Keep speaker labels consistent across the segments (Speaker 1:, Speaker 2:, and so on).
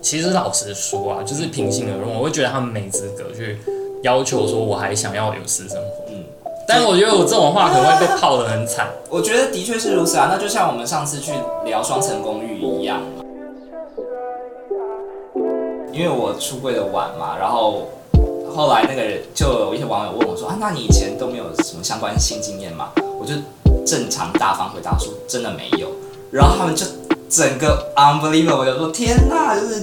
Speaker 1: 其实老实说啊，就是平心而论，我会觉得他们没资格去要求说我还想要有私生活。嗯
Speaker 2: 嗯，
Speaker 1: 但是我觉得我这种话可能会被泡得很惨。
Speaker 2: 我觉得的确是如此啊，那就像我们上次去聊双层公寓一样，因为我出柜的晚嘛，然后后来那个人就有一些网友问我说啊，那你以前都没有什么相关性经验吗？我就正常大方回答说真的没有，然后他们就整个 unbelievable，我就说天哪，就是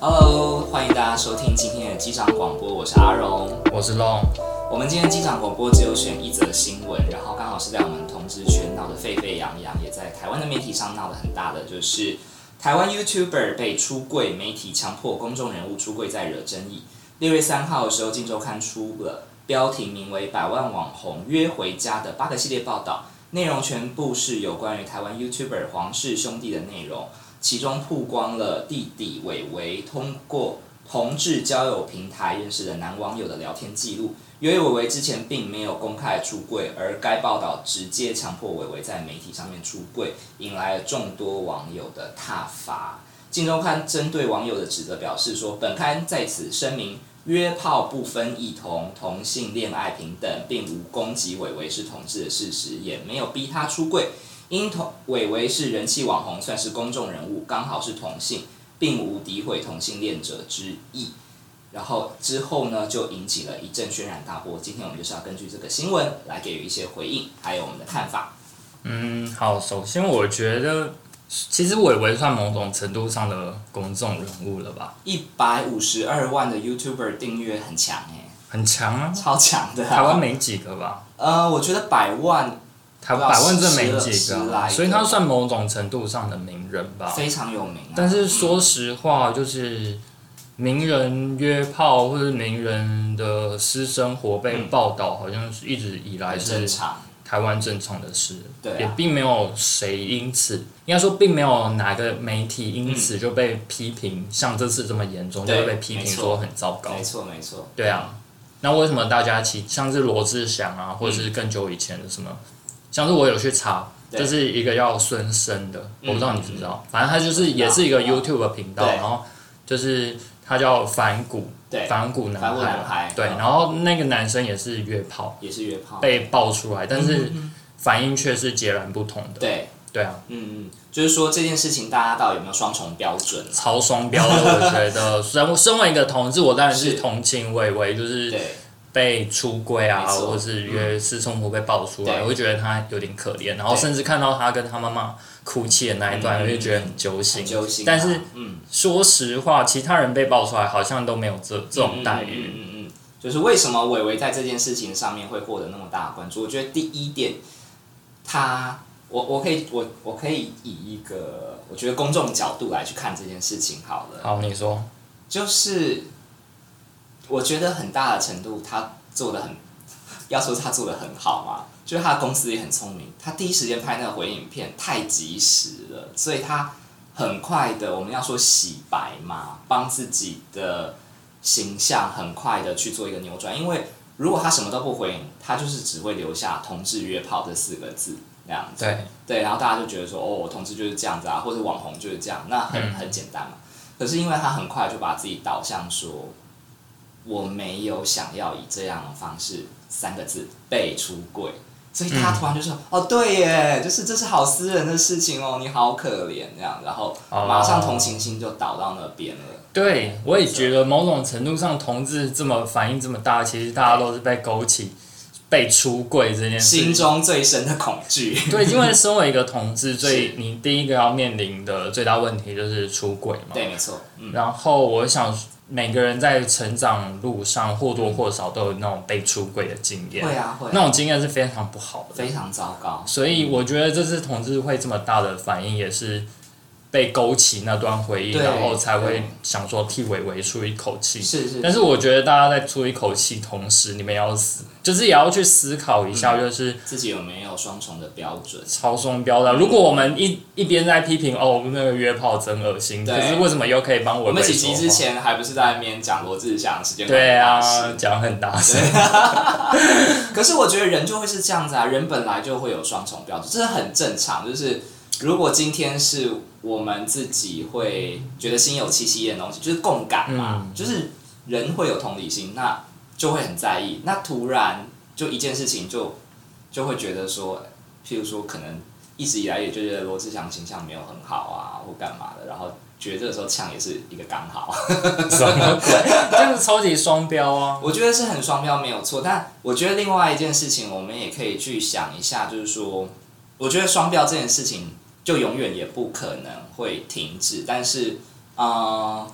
Speaker 2: ，Hello，欢迎哦大家收听今天的机长广播，我是阿荣。
Speaker 1: 我是 Long，
Speaker 2: 我们今天机场广播只有选一则新闻，然后刚好是在我们同志圈闹得沸沸扬扬，也在台湾的媒体上闹得很大的，就是台湾 YouTuber 被出柜，媒体强迫公众人物出柜再惹争议。六月三号的时候，《镜周刊》出了标题名为《百万网红约回家》的八个系列报道，内容全部是有关于台湾 YouTuber 黄氏兄弟的内容，其中曝光了弟弟伟伟通过同志交友平台认识的男网友的聊天记录。由于伟伟之前并没有公开出柜，而该报道直接强迫伟伟在媒体上面出柜，引来了众多网友的挞伐。《镜周刊》针对网友的指责表示说，本刊在此声明，约炮不分异同、同性恋爱平等，并无攻击伟伟是同志的事实，也没有逼他出柜。因同伟伟是人气网红，算是公众人物，刚好是同性，并无诋毁同性恋者之意。然后之后呢，就引起了一阵轩然大波。今天我们就是要根据这个新闻来给予一些回应，还有我们的看法。
Speaker 1: 嗯，好，首先我觉得其实伟伟算某种程度上的公众人物了吧，
Speaker 2: 一百五十二万的 YouTuber 订阅很强哎、
Speaker 1: 很强啊，
Speaker 2: 超强的、
Speaker 1: 台湾，没几个吧。
Speaker 2: 呃，我觉得百万
Speaker 1: 台
Speaker 2: 不到
Speaker 1: 百万真
Speaker 2: 十
Speaker 1: 没
Speaker 2: 了
Speaker 1: 几
Speaker 2: 十
Speaker 1: 个啊、
Speaker 2: 来
Speaker 1: 所以
Speaker 2: 个
Speaker 1: 他算某种程度上的名人吧。
Speaker 2: 非常有名、啊，
Speaker 1: 但是说实话，就是名人约炮或者名人的私生活被
Speaker 2: 嗯
Speaker 1: 报道，好像是一直以来
Speaker 2: 很正
Speaker 1: 是
Speaker 2: 常，
Speaker 1: 台湾正常的事，
Speaker 2: 对
Speaker 1: 也
Speaker 2: 啊，
Speaker 1: 并没有谁因此，应该说并没有哪个媒体因此就被批评，像这次这么严重，就
Speaker 2: 嗯对
Speaker 1: 会被批评
Speaker 2: 没错
Speaker 1: 说很糟糕
Speaker 2: 没。错没错，
Speaker 1: 对啊，那为什么大家其像是罗志祥
Speaker 2: 嗯
Speaker 1: 啊，或者是更久以前的什么，像是我有去查，
Speaker 2: 对
Speaker 1: 这是一个叫孙生的，我不知道你知不知道，反正他就是
Speaker 2: 我知道
Speaker 1: 也是一个
Speaker 2: 我知道
Speaker 1: YouTube 频道，
Speaker 2: 对
Speaker 1: 然后就是他叫反骨
Speaker 2: 对，
Speaker 1: 反骨男
Speaker 2: 反骨
Speaker 1: 孩
Speaker 2: 男
Speaker 1: 啊，
Speaker 2: 孩，
Speaker 1: 对，
Speaker 2: 嗯
Speaker 1: 然后那个男生也是约炮
Speaker 2: 也是约炮，
Speaker 1: 被爆出来，但是
Speaker 2: 嗯嗯
Speaker 1: 反应却是截然不同的，
Speaker 2: 对，
Speaker 1: 对啊，
Speaker 2: 嗯嗯，就是说这件事情大家到底有没有双重标准、啊？
Speaker 1: 超双标的，我觉 得身身为一个同志，我当然是
Speaker 2: 是
Speaker 1: 同情伟伟，就是
Speaker 2: 对，
Speaker 1: 被出轨啊，
Speaker 2: 没错嗯
Speaker 1: 或是约私生活被爆出来，
Speaker 2: 对
Speaker 1: 我会觉得他有点可怜，然后
Speaker 2: 对
Speaker 1: 甚至看到他跟他妈妈哭泣的那一段，
Speaker 2: 嗯
Speaker 1: 我就觉得很揪
Speaker 2: 很
Speaker 1: 心。
Speaker 2: 揪心啊、
Speaker 1: 但是
Speaker 2: 嗯。
Speaker 1: 说实话，其他人被爆出来好像都没有
Speaker 2: 嗯
Speaker 1: 这这种待遇。
Speaker 2: 嗯嗯嗯嗯嗯就是为什么伟伟在这件事情上面会获得那么大的关注？我觉得第一点，他我我可以我我可以以一个我觉得公众角度来去看这件事情好了，
Speaker 1: 好，你说，
Speaker 2: 就是我觉得很大的程度他做的很，要说他做的很好嘛，就是他的公司也很聪明，他第一时间拍那个回影片太及时了，所以他很快的，我们要说洗白嘛，帮自己的形象很快的去做一个扭转，因为如果他什么都不回应，他就是只会留下“同志约炮”这四个字那样子。
Speaker 1: 对，
Speaker 2: 对，然后大家就觉得说，哦，同志就是这样子啊，或者网红就是这样，那很
Speaker 1: 嗯
Speaker 2: 很简单嘛。可是因为他很快就把自己导向说，我没有想要以这样的方式三个字被出柜，所以他突然就说，哦，对耶，就是这是好私人的事情哦，你好可怜这样，然后
Speaker 1: 哦
Speaker 2: 马上同情心就倒到那边了。
Speaker 1: 对我也觉得某种程度上，同志这么反应这么大，其实大家都是被勾起被出柜这件事
Speaker 2: 心中最深的恐惧，
Speaker 1: 对，因为身为一个同志，最
Speaker 2: 是
Speaker 1: 你第一个要面临的最大问题就是出轨嘛。
Speaker 2: 对，没错，嗯，
Speaker 1: 然后我想，每个人在成长路上或多或少都有那种被出轨的经验，
Speaker 2: 会啊会啊
Speaker 1: 那种经验是非常不好的。
Speaker 2: 非常糟糕，
Speaker 1: 所以我觉得这次同志会这么大的反应，也是被勾起那段回忆，
Speaker 2: 对
Speaker 1: 然后才
Speaker 2: 对
Speaker 1: 会想说替伟伟出一口气。
Speaker 2: 是是，
Speaker 1: 但是我觉得大家在出一口气同时，你们也要思，就是也要去思考一
Speaker 2: 嗯
Speaker 1: 下，就是
Speaker 2: 自己有没有双重的标准？
Speaker 1: 超双标的。如果我们一一边在批评哦那个约炮真恶心，
Speaker 2: 对
Speaker 1: 可是为什么又可以帮
Speaker 2: 我
Speaker 1: 伟
Speaker 2: 们
Speaker 1: 伟
Speaker 2: 几
Speaker 1: 说
Speaker 2: 集
Speaker 1: 话？
Speaker 2: 之前还不是在那边讲罗志祥时间管理
Speaker 1: 对
Speaker 2: 大
Speaker 1: 啊
Speaker 2: 师，
Speaker 1: 讲很大声，
Speaker 2: 可是我觉得人就会是这样子啊，人本来就会有双重标准，这是很正常。就是如果今天是我们自己会觉得心有戚戚焉的东西，就是共感嘛，就是人会有同理心，那就会很在意。那突然就一件事情就就会觉得说，譬如说可能一直以来也就觉得罗志祥形象没有很好啊，或干嘛的，然后觉得这个时候呛也是一个刚好。
Speaker 1: 什么鬼？这样子超级双标啊！
Speaker 2: 我觉得是很双标没有错，但我觉得另外一件事情，我们也可以去想一下，就是说，我觉得双标这件事情就永远也不可能会停止，但是，呃，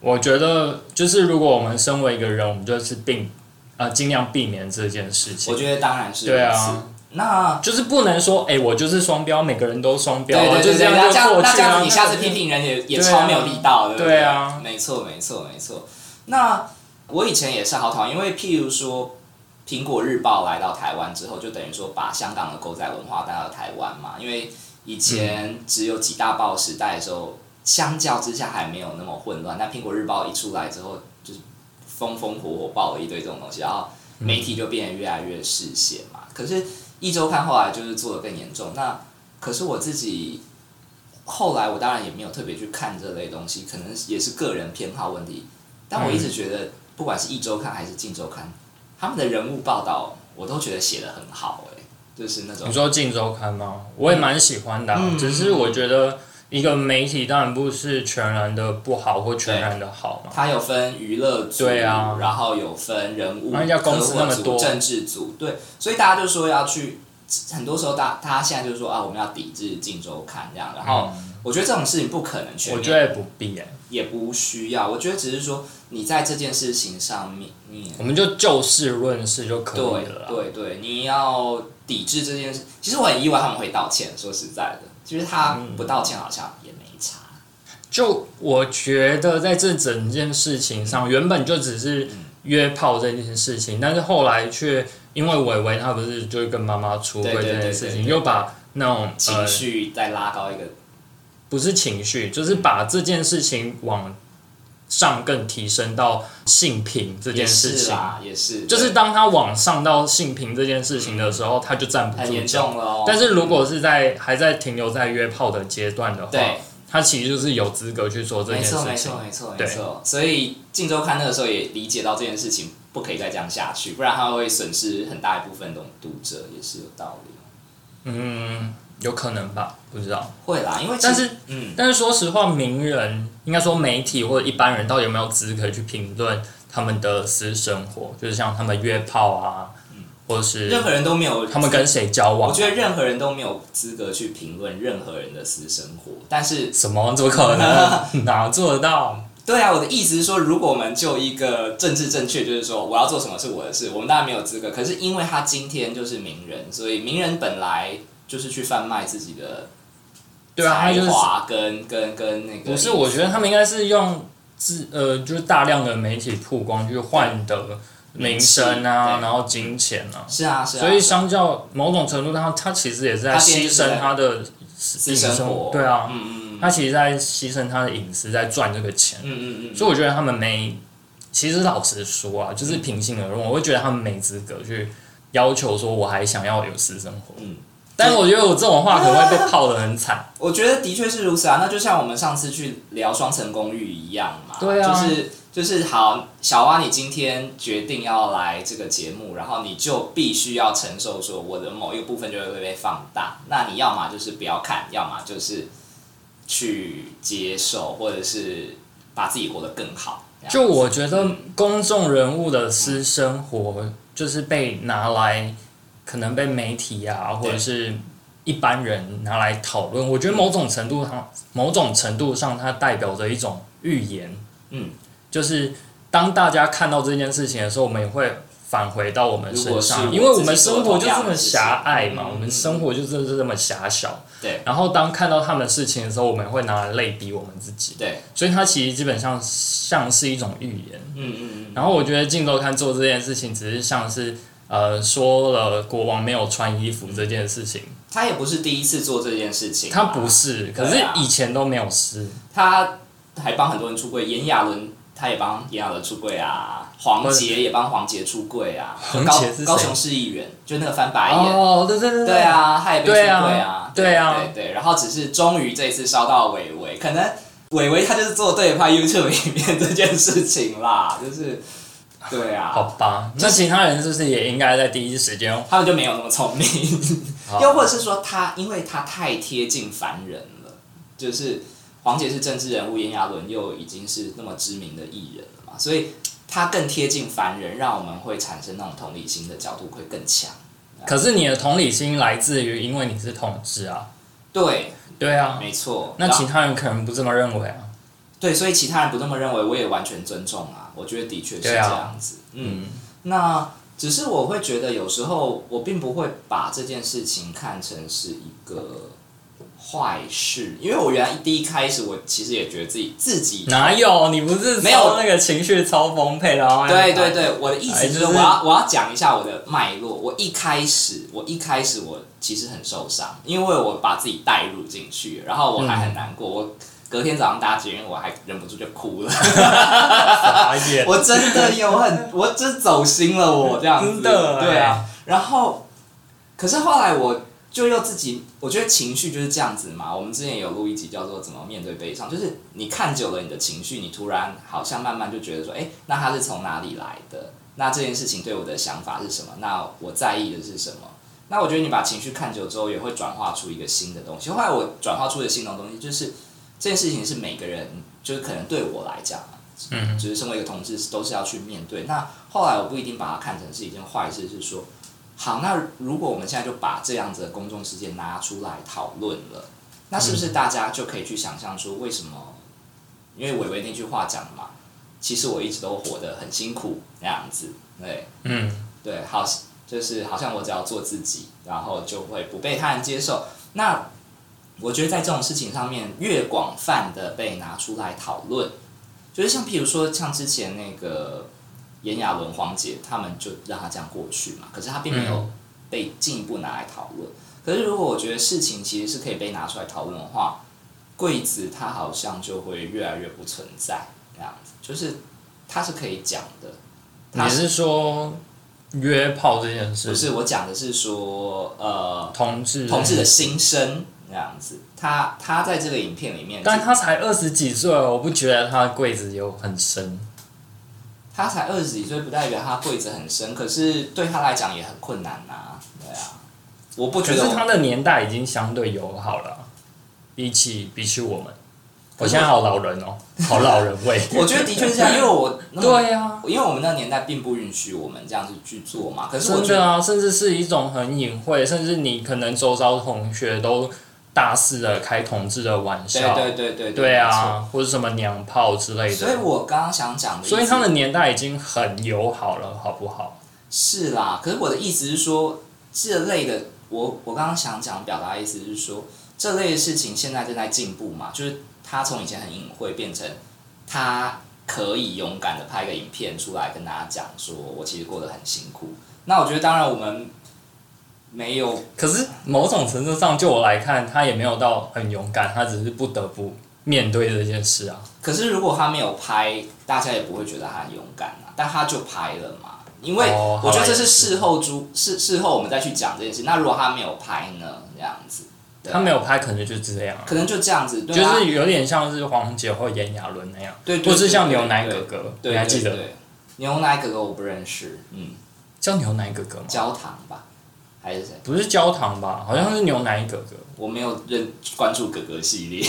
Speaker 1: 我觉得就是如果我们身为一个人，我们就是并啊尽量避免这件事
Speaker 2: 我
Speaker 1: 情。
Speaker 2: 觉得当然是
Speaker 1: 对
Speaker 2: 如
Speaker 1: 啊
Speaker 2: 此。那
Speaker 1: 就是不能说，哎、我就是双标，每个人都双
Speaker 2: 对
Speaker 1: 标啊，
Speaker 2: 对
Speaker 1: 就
Speaker 2: 对
Speaker 1: 这
Speaker 2: 对，
Speaker 1: 样
Speaker 2: 那这
Speaker 1: 就
Speaker 2: 样
Speaker 1: 过
Speaker 2: 那这
Speaker 1: 去
Speaker 2: 样
Speaker 1: 啊。
Speaker 2: 子，你下次批评人也也
Speaker 1: 对啊
Speaker 2: 超没有力道的，不
Speaker 1: 对啊
Speaker 2: 没错没错没错。那我以前也是好讨厌，因为譬如说。苹果日报来到台湾之后，就等于说把香港的狗仔文化带到台湾嘛，因为以
Speaker 1: 嗯
Speaker 2: 前只有几大报时代的时候，相较之下还没有那么混乱。但苹果日报一出来之后，就是风风火火爆了一堆这种东西，然后媒体就变得越来越嗜血嘛。可是一周刊后来就是做的更严重。那可是我自己后来我当然也没有特别去看这类东西，可能也是个人偏好问题。但我一直觉得，不管是一周刊还是近周刊，他们的人物报道我都觉得写的很好、欸，就是那种
Speaker 1: 你说《镜周刊》吗？我也蛮喜欢的啊、
Speaker 2: 嗯
Speaker 1: 只是我觉得一个媒体当然不是全然的不好或全然的好嘛。
Speaker 2: 它有分娱乐组，
Speaker 1: 对啊
Speaker 2: 然后有分人物、啊
Speaker 1: 然后人家公司那么
Speaker 2: 科幻组
Speaker 1: 多
Speaker 2: 政治组，对，所以大家就说要去，很多时候大大家现在就说啊，我们要抵制《镜周刊》这样，然后我觉得这种事情不可能
Speaker 1: 嗯
Speaker 2: 全
Speaker 1: 我
Speaker 2: 面，
Speaker 1: 觉得也不必哎、
Speaker 2: 也不需要，我觉得只是说你在这件事情上面，你
Speaker 1: 我们就就事论事就可以
Speaker 2: 对
Speaker 1: 了啦。
Speaker 2: 对对，你要抵制这件事，其实我很意外他们会道歉，说实在的，就是他
Speaker 1: 嗯
Speaker 2: 不道歉好像也没差，
Speaker 1: 就我觉得在这整件事情上，原本就只是约炮这件事情，但是后来却因为伟伟他不是就是跟妈妈出轨
Speaker 2: 对
Speaker 1: 这
Speaker 2: 对
Speaker 1: 件
Speaker 2: 对
Speaker 1: 事
Speaker 2: 对
Speaker 1: 情，
Speaker 2: 对
Speaker 1: 又把那种
Speaker 2: 情
Speaker 1: 呃
Speaker 2: 绪再拉高一个，
Speaker 1: 不是情绪，就是把这件事情往上更提升到性平这
Speaker 2: 也
Speaker 1: 件事
Speaker 2: 是
Speaker 1: 情。
Speaker 2: 啦，也是，
Speaker 1: 就是
Speaker 2: 对
Speaker 1: 当他往上到性平这件事情的时候，他就站不
Speaker 2: 很
Speaker 1: 住
Speaker 2: 严
Speaker 1: 脚。
Speaker 2: 重了哦。
Speaker 1: 但是如果是在还在停留在约炮的阶段的话，
Speaker 2: 对，
Speaker 1: 他其实就是有资格去做这
Speaker 2: 没
Speaker 1: 件
Speaker 2: 错，
Speaker 1: 事
Speaker 2: 没
Speaker 1: 情
Speaker 2: 错，。没错，没
Speaker 1: 对
Speaker 2: 错。所以《镜周刊》那个时候也理解到这件事情不可以再这样下去，不然它会损失很大一部分的读者，也是有道理。
Speaker 1: 嗯，有可能吧，不知道。
Speaker 2: 会啦，因为其
Speaker 1: 但是，
Speaker 2: 嗯，
Speaker 1: 但是说实话，名人应该说媒体或者一般人到底有没有资格去评论他们的私生活？就是像他们约炮啊，或者是
Speaker 2: 任何人都没有
Speaker 1: 他们跟谁交往？啊
Speaker 2: 嗯我觉得任何人都没有资格去评论任何人的私生活，但是
Speaker 1: 什么？怎么可 能？哪做得到？
Speaker 2: 对啊，我的意思是说，如果我们就一个政治正确，就是说我要做什么是我的事，我们当然没有资格。可是因为他今天就是名人，所以名人本来就是去贩卖自己的
Speaker 1: 对啊，他
Speaker 2: 才
Speaker 1: 就是
Speaker 2: 华跟跟跟那个
Speaker 1: 不是？我觉得他们应该是用自呃，就是大量的媒体曝光去换得名声啊，
Speaker 2: 对
Speaker 1: 然后金钱啊。
Speaker 2: 是啊是啊，
Speaker 1: 所以
Speaker 2: 是啊
Speaker 1: 相较某种程度上，他其实也是在
Speaker 2: 他现在
Speaker 1: 牺
Speaker 2: 就是在
Speaker 1: 牲他的
Speaker 2: 私
Speaker 1: 私
Speaker 2: 生活
Speaker 1: 对啊，
Speaker 2: 嗯嗯嗯
Speaker 1: 他其实在牺牲他的隐私，在赚这个钱。
Speaker 2: 嗯嗯嗯，
Speaker 1: 所以我觉得他们没，其实老实说啊，就是平心
Speaker 2: 嗯
Speaker 1: 而论，我会觉得他们没资格去要求说我还想要有私生活。
Speaker 2: 嗯，
Speaker 1: 但是我觉得我这种话可能会被泡得很惨。
Speaker 2: 我觉得的确是如此啊。那就像我们上次去聊双层公寓一样嘛，
Speaker 1: 对啊
Speaker 2: 就是就是好，小蛙，你今天决定要来这个节目，然后你就必须要承受说我的某一个部分就会被放大。那你要么就是不要看，要么就是去接受，或者是把自己活得更好。这样
Speaker 1: 就我觉得公众人物的私生活就是被拿来，可能被媒体啊，或者是一般人拿来讨论。我觉得某种程度上，某种程度上，它代表着一种预言。
Speaker 2: 嗯，
Speaker 1: 就是当大家看到这件事情的时候，我们也会返回到我们身
Speaker 2: 如
Speaker 1: 上，
Speaker 2: 果是
Speaker 1: 因为我们生活就
Speaker 2: 我自己做
Speaker 1: 这
Speaker 2: 同样
Speaker 1: 么
Speaker 2: 的事情
Speaker 1: 狭隘嘛，
Speaker 2: 嗯
Speaker 1: 我们生活就真的是这么狭小。
Speaker 2: 对
Speaker 1: 然后当看到他们的事情的时候，我们会拿来类比我们自己，
Speaker 2: 对，
Speaker 1: 所以它其实基本上像是一种预言。
Speaker 2: 嗯嗯嗯，
Speaker 1: 然后我觉得镜周刊做这件事情，只是像是呃说了国王没有穿衣服这件事情，
Speaker 2: 他也不是第一次做这件事情啊，
Speaker 1: 他不是，可是
Speaker 2: 对啊
Speaker 1: 以前都没有湿。
Speaker 2: 他还帮很多人出柜，炎亚纶他也帮炎亚纶出柜啊，黄杰也帮黄杰出柜啊，
Speaker 1: 黄
Speaker 2: 高
Speaker 1: 杰是谁
Speaker 2: 高雄市议员，就那个翻白眼。
Speaker 1: 哦，对对对
Speaker 2: 对，啊，他也被出柜
Speaker 1: 对
Speaker 2: 啊
Speaker 1: 啊，对啊
Speaker 2: 对对，然后只是终于这一次烧到伟伟，可能伟伟他就是做对拍 YouTube 里面这件事情啦，就是对
Speaker 1: 好
Speaker 2: 啊，
Speaker 1: 吧，那其他人是不是也应该在第一时间？
Speaker 2: 他们就没有那么聪 明，
Speaker 1: 好
Speaker 2: 又或者是说他，因为他太贴近凡人了，就是黄杰是政治人物，炎亚纶又已经是那么知名的艺人了嘛，所以他更贴近凡人，让我们会产生那种同理心的角度会更强。
Speaker 1: 可是你的同理心来自于因为你是统治啊，
Speaker 2: 对，
Speaker 1: 对啊，
Speaker 2: 没错。
Speaker 1: 那
Speaker 2: 然
Speaker 1: 其
Speaker 2: 后
Speaker 1: 他人可能不这么认为啊。
Speaker 2: 对，所以其他人不这么认为，我也完全尊重啊。我觉得的确是这
Speaker 1: 对啊
Speaker 2: 样子。嗯，那只是我会觉得有时候我并不会把这件事情看成是一个坏事，因为我原来第一开始我其实也觉得自己自己
Speaker 1: 哪有？你不是
Speaker 2: 没有
Speaker 1: 超那个情绪超丰沛，然后
Speaker 2: 对对对，我的意思
Speaker 1: 嗯哎就
Speaker 2: 就是
Speaker 1: 是
Speaker 2: 我要我要讲一下我的脉络。我一开始我一开始我其实很受伤，因为我把自己带入进去，然后我
Speaker 1: 嗯
Speaker 2: 还很难过。我隔天早上搭捷运，我还忍不住就哭了。
Speaker 1: 傻眼，
Speaker 2: 我真的有很，我真走心了，我这样子。
Speaker 1: 真的哎
Speaker 2: 对啊。然后，可是后来我就又自己，我觉得情绪就是这样子嘛。我们之前有录一集叫做《怎么面对悲伤》，就是你看久了你的情绪，你突然好像慢慢就觉得说，哎，那它是从哪里来的？那这件事情对我的想法是什么？那我在意的是什么？那我觉得你把情绪看久之后，也会转化出一个新的东西。后来我转化出的新的东西，就是这件事情是每个人，就是可能对我来讲啊，
Speaker 1: 嗯
Speaker 2: 就是身为一个同志都是要去面对。那后来我不一定把它看成是一件坏事，是说，好，那如果我们现在就把这样子的公众事件拿出来讨论了，那是不是大家就可以去想象说，为什么？因为伟伟那句话讲的嘛，其实我一直都活得很辛苦那样子，对，
Speaker 1: 嗯，
Speaker 2: 对，好，就是好像我只要做自己，然后就会不被他人接受。那我觉得在这种事情上面，越广泛的被拿出来讨论，就是像譬如说，像之前那个炎亚纶、黄姐他们就让他这样过去嘛，可是他并没有被进一步拿来讨论。可是如果我觉得事情其实是可以被拿出来讨论的话，柜子它好像就会越来越不存在，这样子，就是它是可以讲的。它
Speaker 1: 你是说约炮这件事？
Speaker 2: 不是，我讲的是说，呃，
Speaker 1: 同志，
Speaker 2: 同志的，心声那样子。他他在这个影片里面，
Speaker 1: 但他才二十几岁哦，我不觉得他的柜子有很深。
Speaker 2: 他才二十几岁，不代表他柜子很深，可是对他来讲也很困难呐、对啊，我不
Speaker 1: 可
Speaker 2: 觉
Speaker 1: 是
Speaker 2: 得
Speaker 1: 他
Speaker 2: 我，
Speaker 1: 的年代已经相对友好了，比起比起我们，我
Speaker 2: 可是我
Speaker 1: 现在好老人 哦，好老人味。
Speaker 2: 我觉得的确是这样，因为我那么
Speaker 1: 对啊，
Speaker 2: 因为我们那个年代并不允许我们这样子去做嘛。可是我
Speaker 1: 真
Speaker 2: 觉
Speaker 1: 的
Speaker 2: 得，
Speaker 1: 啊，甚至是一种很隐晦，甚至你可能周遭同学都大肆的开同志的玩
Speaker 2: 对
Speaker 1: 笑，
Speaker 2: 对对对
Speaker 1: 对
Speaker 2: 没
Speaker 1: 啊，或者什么娘炮之类的。
Speaker 2: 错所以我刚刚想讲的意思，
Speaker 1: 所以他的年代已经很友好了，好不好？
Speaker 2: 是啦，可是我的意思是说，这类的，我我刚刚想讲表达的意思是说，这类的事情现在正在进步嘛，就是他从以前很隐晦变成他可以勇敢的拍个影片出来跟大家讲说，我其实过得很辛苦。那我觉得当然我们没有
Speaker 1: 可是某种程度上，就我来看，他也没有到很勇敢，他只是不得不面对这件事啊。
Speaker 2: 可是如果他没有拍，大家也不会觉得他很勇敢啊。但他就拍了嘛，因为
Speaker 1: 哦
Speaker 2: 我觉得
Speaker 1: 好
Speaker 2: 这
Speaker 1: 啦
Speaker 2: 是
Speaker 1: 也是
Speaker 2: 事后诸事事后我们再去讲这件事。那如果他没有拍呢？这样子，对啊
Speaker 1: 他没有拍，可能就这样啊，
Speaker 2: 可能就这样子，对
Speaker 1: 就
Speaker 2: 啊
Speaker 1: 是有点像是黄杰或炎亚纶那样，
Speaker 2: 对，
Speaker 1: 或是像
Speaker 2: 对
Speaker 1: 牛奶哥，哥，
Speaker 2: 对对对
Speaker 1: 你还记
Speaker 2: 对
Speaker 1: 得
Speaker 2: 对牛奶哥哥我不认识，嗯，
Speaker 1: 叫牛奶哥哥吗？
Speaker 2: 焦糖吧，还是谁？
Speaker 1: 不是焦糖吧？好像是牛奶哥哥，
Speaker 2: 我没有认关注哥哥 系列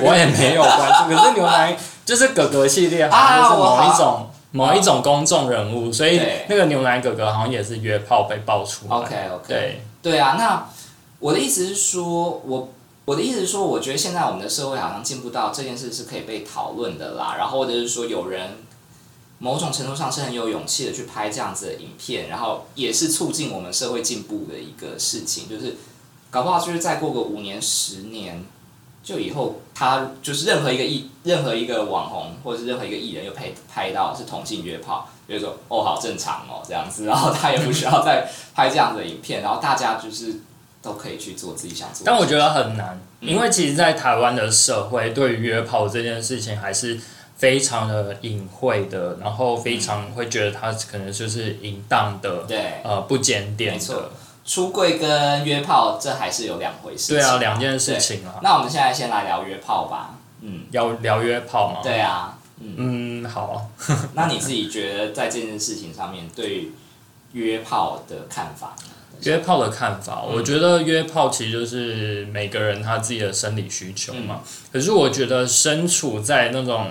Speaker 1: 我也没有关注。可是牛奶就是哥哥系列，好
Speaker 2: 啊
Speaker 1: 像就是某一种某一种公众人物，所以
Speaker 2: 对
Speaker 1: 那个牛奶哥哥好像也是约炮被爆出来。
Speaker 2: ，OK OK，
Speaker 1: 对，
Speaker 2: 对啊，那我的意思是说，我我的意思是说，我觉得现在我们的社会好像进步到这件事是可以被讨论的啦，然后或者是说有人某种程度上是很有勇气的去拍这样子的影片，然后也是促进我们社会进步的一个事情，就是搞不好就是再过个五年、十年，就以后他就是任何一个艺、任何一个网红或者是任何一个艺人又拍拍到是同性约炮，就是说哦好正常哦这样子，然后他也不需要再拍这样的影片，然后大家就是都可以去做自己想做的事情。
Speaker 1: 但我觉得很难，因为其实，在台湾的社会，对于约炮这件事情还是非常的隐晦的，然后非常会觉得它可能就是淫荡的，
Speaker 2: 对
Speaker 1: 呃，不检点
Speaker 2: 没
Speaker 1: 的
Speaker 2: 错，出柜跟约炮这还是有两回事。
Speaker 1: 对啊，两件事情啊，
Speaker 2: 那我们现在先来聊约炮吧。嗯，
Speaker 1: 要聊约炮嘛，
Speaker 2: 对啊，
Speaker 1: 嗯，好啊，
Speaker 2: 那你自己觉得在这件事情上面对约炮的看法呢？
Speaker 1: 约炮的看法，
Speaker 2: 嗯
Speaker 1: 我觉得约炮其实就是每个人他自己的生理需求嘛。
Speaker 2: 嗯
Speaker 1: 可是我觉得身处在那种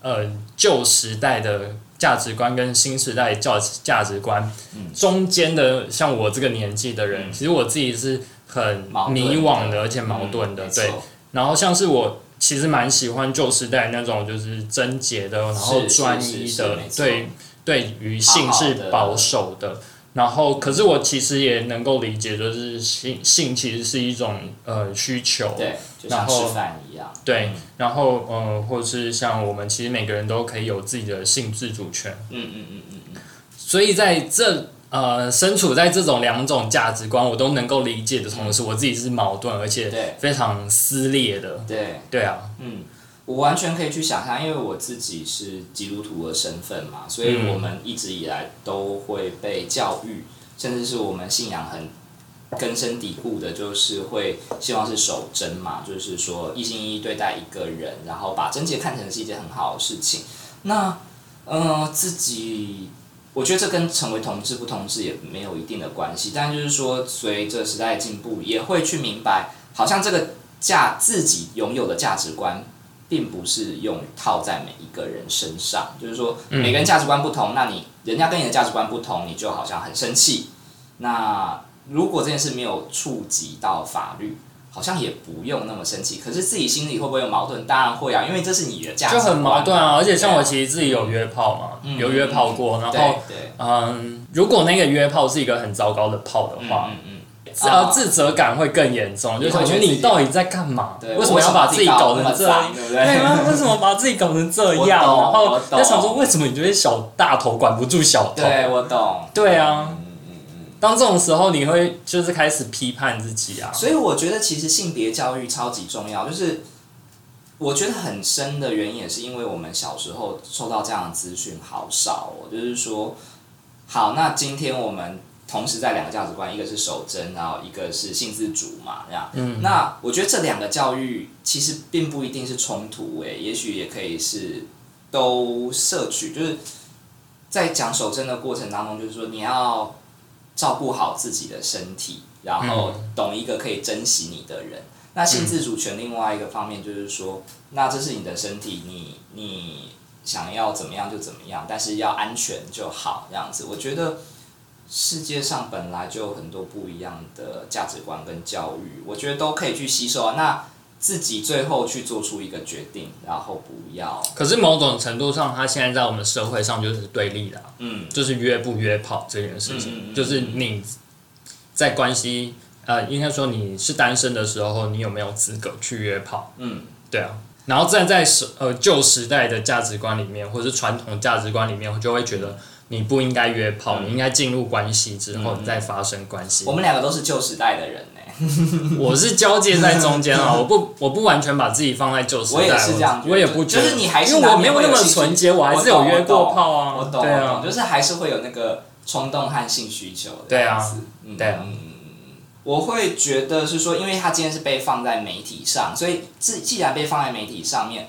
Speaker 1: 呃旧时代的价值观跟新时代价价值观、中间的，像我这个年纪的人，
Speaker 2: 嗯
Speaker 1: 其实我自己是很
Speaker 2: 矛盾的
Speaker 1: 迷惘的，而且矛盾的。
Speaker 2: 嗯没
Speaker 1: 对，
Speaker 2: 错
Speaker 1: 然后像是我其实蛮喜欢旧时代那种就是贞洁的，然后
Speaker 2: 是是
Speaker 1: 专
Speaker 2: 是
Speaker 1: 一
Speaker 2: 是
Speaker 1: 的
Speaker 2: 没，错
Speaker 1: 对对于性
Speaker 2: 好好
Speaker 1: 是
Speaker 2: 的
Speaker 1: 保守的。然后，可是我其实也能够理解，就是性性其实是一种呃需求，
Speaker 2: 对，就
Speaker 1: 然
Speaker 2: 像
Speaker 1: 后
Speaker 2: 吃饭一样。
Speaker 1: 对然后呃，或是像我们其实每个人都可以有自己的性自主权，
Speaker 2: 嗯嗯嗯嗯嗯，
Speaker 1: 所以在这呃身处在这种两种价值观我都能够理解的同时，我自己是矛盾而且
Speaker 2: 嗯对
Speaker 1: 非常撕裂的，
Speaker 2: 对。
Speaker 1: 对啊，
Speaker 2: 嗯，我完全可以去想象，因为我自己是基督徒的身份嘛，所以我们一直以来都会被教育，甚至是我们信仰很根深蒂固的，就是会希望是守贞嘛，就是说一心一意对待一个人，然后把贞洁看成是一件很好的事情。那，呃，自己我觉得这跟成为同志不同志也没有一定的关系，但就是说，随着时代进步，也会去明白，好像这个价自己拥有的价值观，并不是用于套在每一个人身上。就是说，
Speaker 1: 嗯
Speaker 2: 每个人价值观不同，那你人家跟你的价值观不同，你就好像很生气。那如果这件事没有触及到法律，好像也不用那么生气。可是自己心里会不会有矛盾？当然会啊，因为这是你的价值
Speaker 1: 就
Speaker 2: 观，
Speaker 1: 很矛盾啊。而且像我
Speaker 2: 对
Speaker 1: 其实自己有约炮嘛，
Speaker 2: 嗯
Speaker 1: 有约炮过，然
Speaker 2: 啊
Speaker 1: 后
Speaker 2: 对对，
Speaker 1: 嗯，如果那个约炮是一个很糟糕的炮的话，
Speaker 2: 嗯嗯嗯。
Speaker 1: 自呃自责感会更严重，就
Speaker 2: 你会
Speaker 1: 想
Speaker 2: 觉
Speaker 1: 说
Speaker 2: 得自己
Speaker 1: 你到底在干嘛？
Speaker 2: 对，
Speaker 1: 为什么要把自己搞成这样
Speaker 2: 样？？对不
Speaker 1: 对
Speaker 2: 对？
Speaker 1: 吗？为什么把自己搞成这
Speaker 2: 我懂
Speaker 1: 样？然后
Speaker 2: 我懂
Speaker 1: 在想说，为什么你这些小大头管不住小头？
Speaker 2: 对，我懂。
Speaker 1: 对啊
Speaker 2: 嗯嗯嗯
Speaker 1: 当这种时候，你会就是开始批判自己啊
Speaker 2: 嗯。。所以我觉得其实性别教育超级重要，就是我觉得很深的原因也是因为我们小时候受到这样的资讯好少哦，就是说，好，那今天我们。同时在两个价值观，一个是守贞，然后一个是性自主嘛，这样。嗯。那我觉得这两个教育其实并不一定是冲突、诶，也许也可以是都摄取，就是在讲守贞的过程当中，就是说你要照顾好自己的身体，然后懂一个可以珍惜你的人。那性自主权另外一个方面就是说，那这是你的身体，你你想要怎么样就怎么样，但是要安全就好，这样子。我觉得世界上本来就有很多不一样的价值观跟教育，我觉得都可以去吸收啊。那自己最后去做出一个决定，然后不要，
Speaker 1: 可是某种程度上，它现在在我们社会上就是对立的啊、
Speaker 2: 嗯，
Speaker 1: 就是约不约炮这件事
Speaker 2: 嗯嗯
Speaker 1: 情，
Speaker 2: 嗯
Speaker 1: 就是你在关系呃，应该说你是单身的时候，你有没有资格去约炮？
Speaker 2: 嗯，
Speaker 1: 对啊，然后站在时呃旧时代的价值观里面，或者是传统价值观里面，我就会觉得你不应该约炮，
Speaker 2: 嗯
Speaker 1: 你应该进入关系之后你再发生关系。
Speaker 2: 我们两个都是旧时代的人呢、嗯
Speaker 1: 我是交界在中间 啊，我不我不完全把自己放在旧时代，
Speaker 2: 我也是这样觉得
Speaker 1: 我也不觉得，
Speaker 2: 就是你还是
Speaker 1: 因为我没有那
Speaker 2: 难免
Speaker 1: 么
Speaker 2: 会有
Speaker 1: 纯洁，我还是有约过炮啊，
Speaker 2: 我懂，
Speaker 1: 对
Speaker 2: 我懂
Speaker 1: 啊，
Speaker 2: 就是还是会有那个冲动和性需求的
Speaker 1: 对啊
Speaker 2: 样子嗯
Speaker 1: 对啊
Speaker 2: 嗯嗯嗯嗯我会觉得是说，因为它今天是被放在媒体上，所以既既然被放在媒体上面，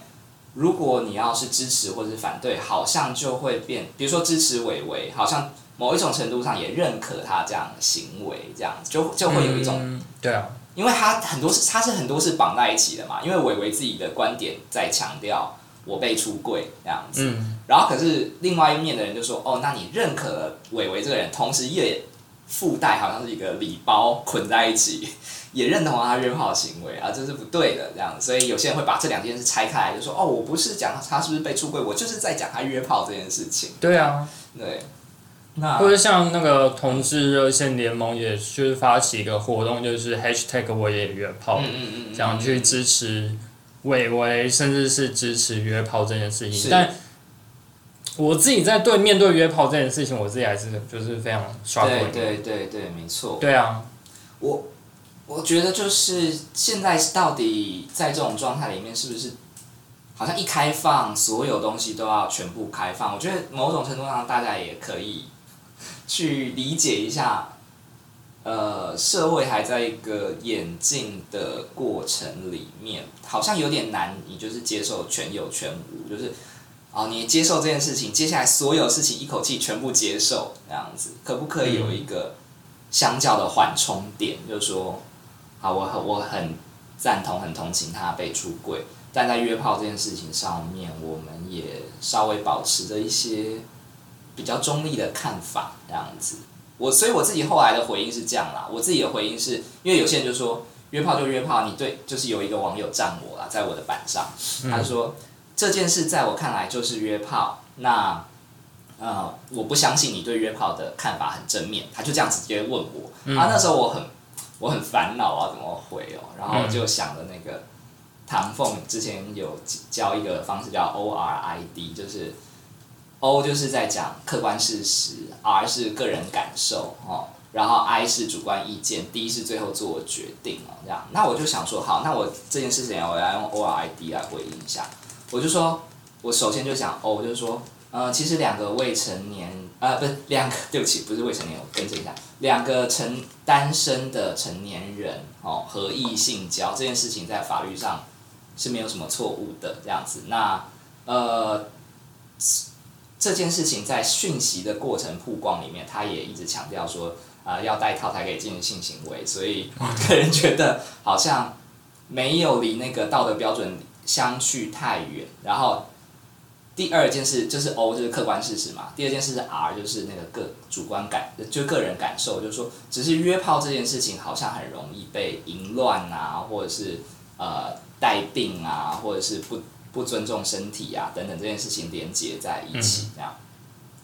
Speaker 2: 如果你要是支持或是反对，好像就会变，比如说支持伟伟，好像某一种程度上也认可他这样的行为，这样就就会有一种
Speaker 1: 嗯对啊，
Speaker 2: 因为他很多是他是很多是绑在一起的嘛，因为伟伟自己的观点在强调我被出柜这样子，
Speaker 1: 嗯
Speaker 2: 然后可是另外一面的人就说哦，那你认可了伟伟这个人，同时也附带好像是一个礼包捆在一起， 也认同他约炮行为啊，这是不对的这样。所以有些人会把这两件事拆开来，就说哦，我不是讲他是不是被出柜，我就是在讲他约炮这件事情。
Speaker 1: 对啊，
Speaker 2: 对，那
Speaker 1: 或者像那个同志热线联盟，也就是发起一个活动，就是 hashtag 我也约炮，
Speaker 2: 嗯嗯嗯，
Speaker 1: 哦想去支持伟伟，甚至是支持约炮这件事
Speaker 2: 是
Speaker 1: 情。但我自己在对面对约炮这件事情，我自己还是就是非常刷过
Speaker 2: 对对对对，没错。
Speaker 1: 对啊，
Speaker 2: 我我觉得就是现在到底在这种状态里面，是不是好像一开放，所有东西都要全部开放？我觉得某种程度上，大家也可以去理解一下，呃，社会还在一个演进的过程里面，好像有点难，你就是接受全有全无，就是。哦，你接受这件事情，接下来所有事情一口气全部接受，这样子可不可以有一个相较的缓冲点，就是说，啊，我很我很赞同、很同情他被出柜，但在约炮这件事情上面，我们也稍微保持着一些比较中立的看法，这样子。我所以我自己后来的回应是这样啦，我自己的回应是因为有些人就说约炮就约炮，你对就是有一个网友站我啦，在我的板上，他说、这件事在我看来就是约炮，那呃我不相信你对约炮的看法很正面，他就这样直接问我，啊那时候我很我很烦恼啊怎么回哦，然后就想了那个。唐凤之前有教一个方式叫 O R I D，就是 O 就是在讲客观事实，R 是个人感受哦，然后 I 是主观意见，D 是最后做决定哦，这样。那我就想说，好，那我这件事情我要用 O R I D 来回应一下。我就说，我首先就想 O，就是说，呃，其实两个未成年，呃，不是两个，对不起，不是未成年，我更正一下，两个成单身的成年人哦，合意性交这件事情在法律上是没有什么错误的这样子。那呃，这件事情在讯息的过程曝光里面，他也一直强调说，啊、要戴套才可以进行性行为，所以我个人觉得好像没有离那个道德标准相去太远。然后第二件事就是 O 就是客观事实嘛，第二件事是 R 就是那个个主观感，就是个人感受，就是说，只是约炮这件事情好像很容易被淫乱啊，或者是呃带病啊，或者是不不尊重身体啊等等这件事情连接在一起这样。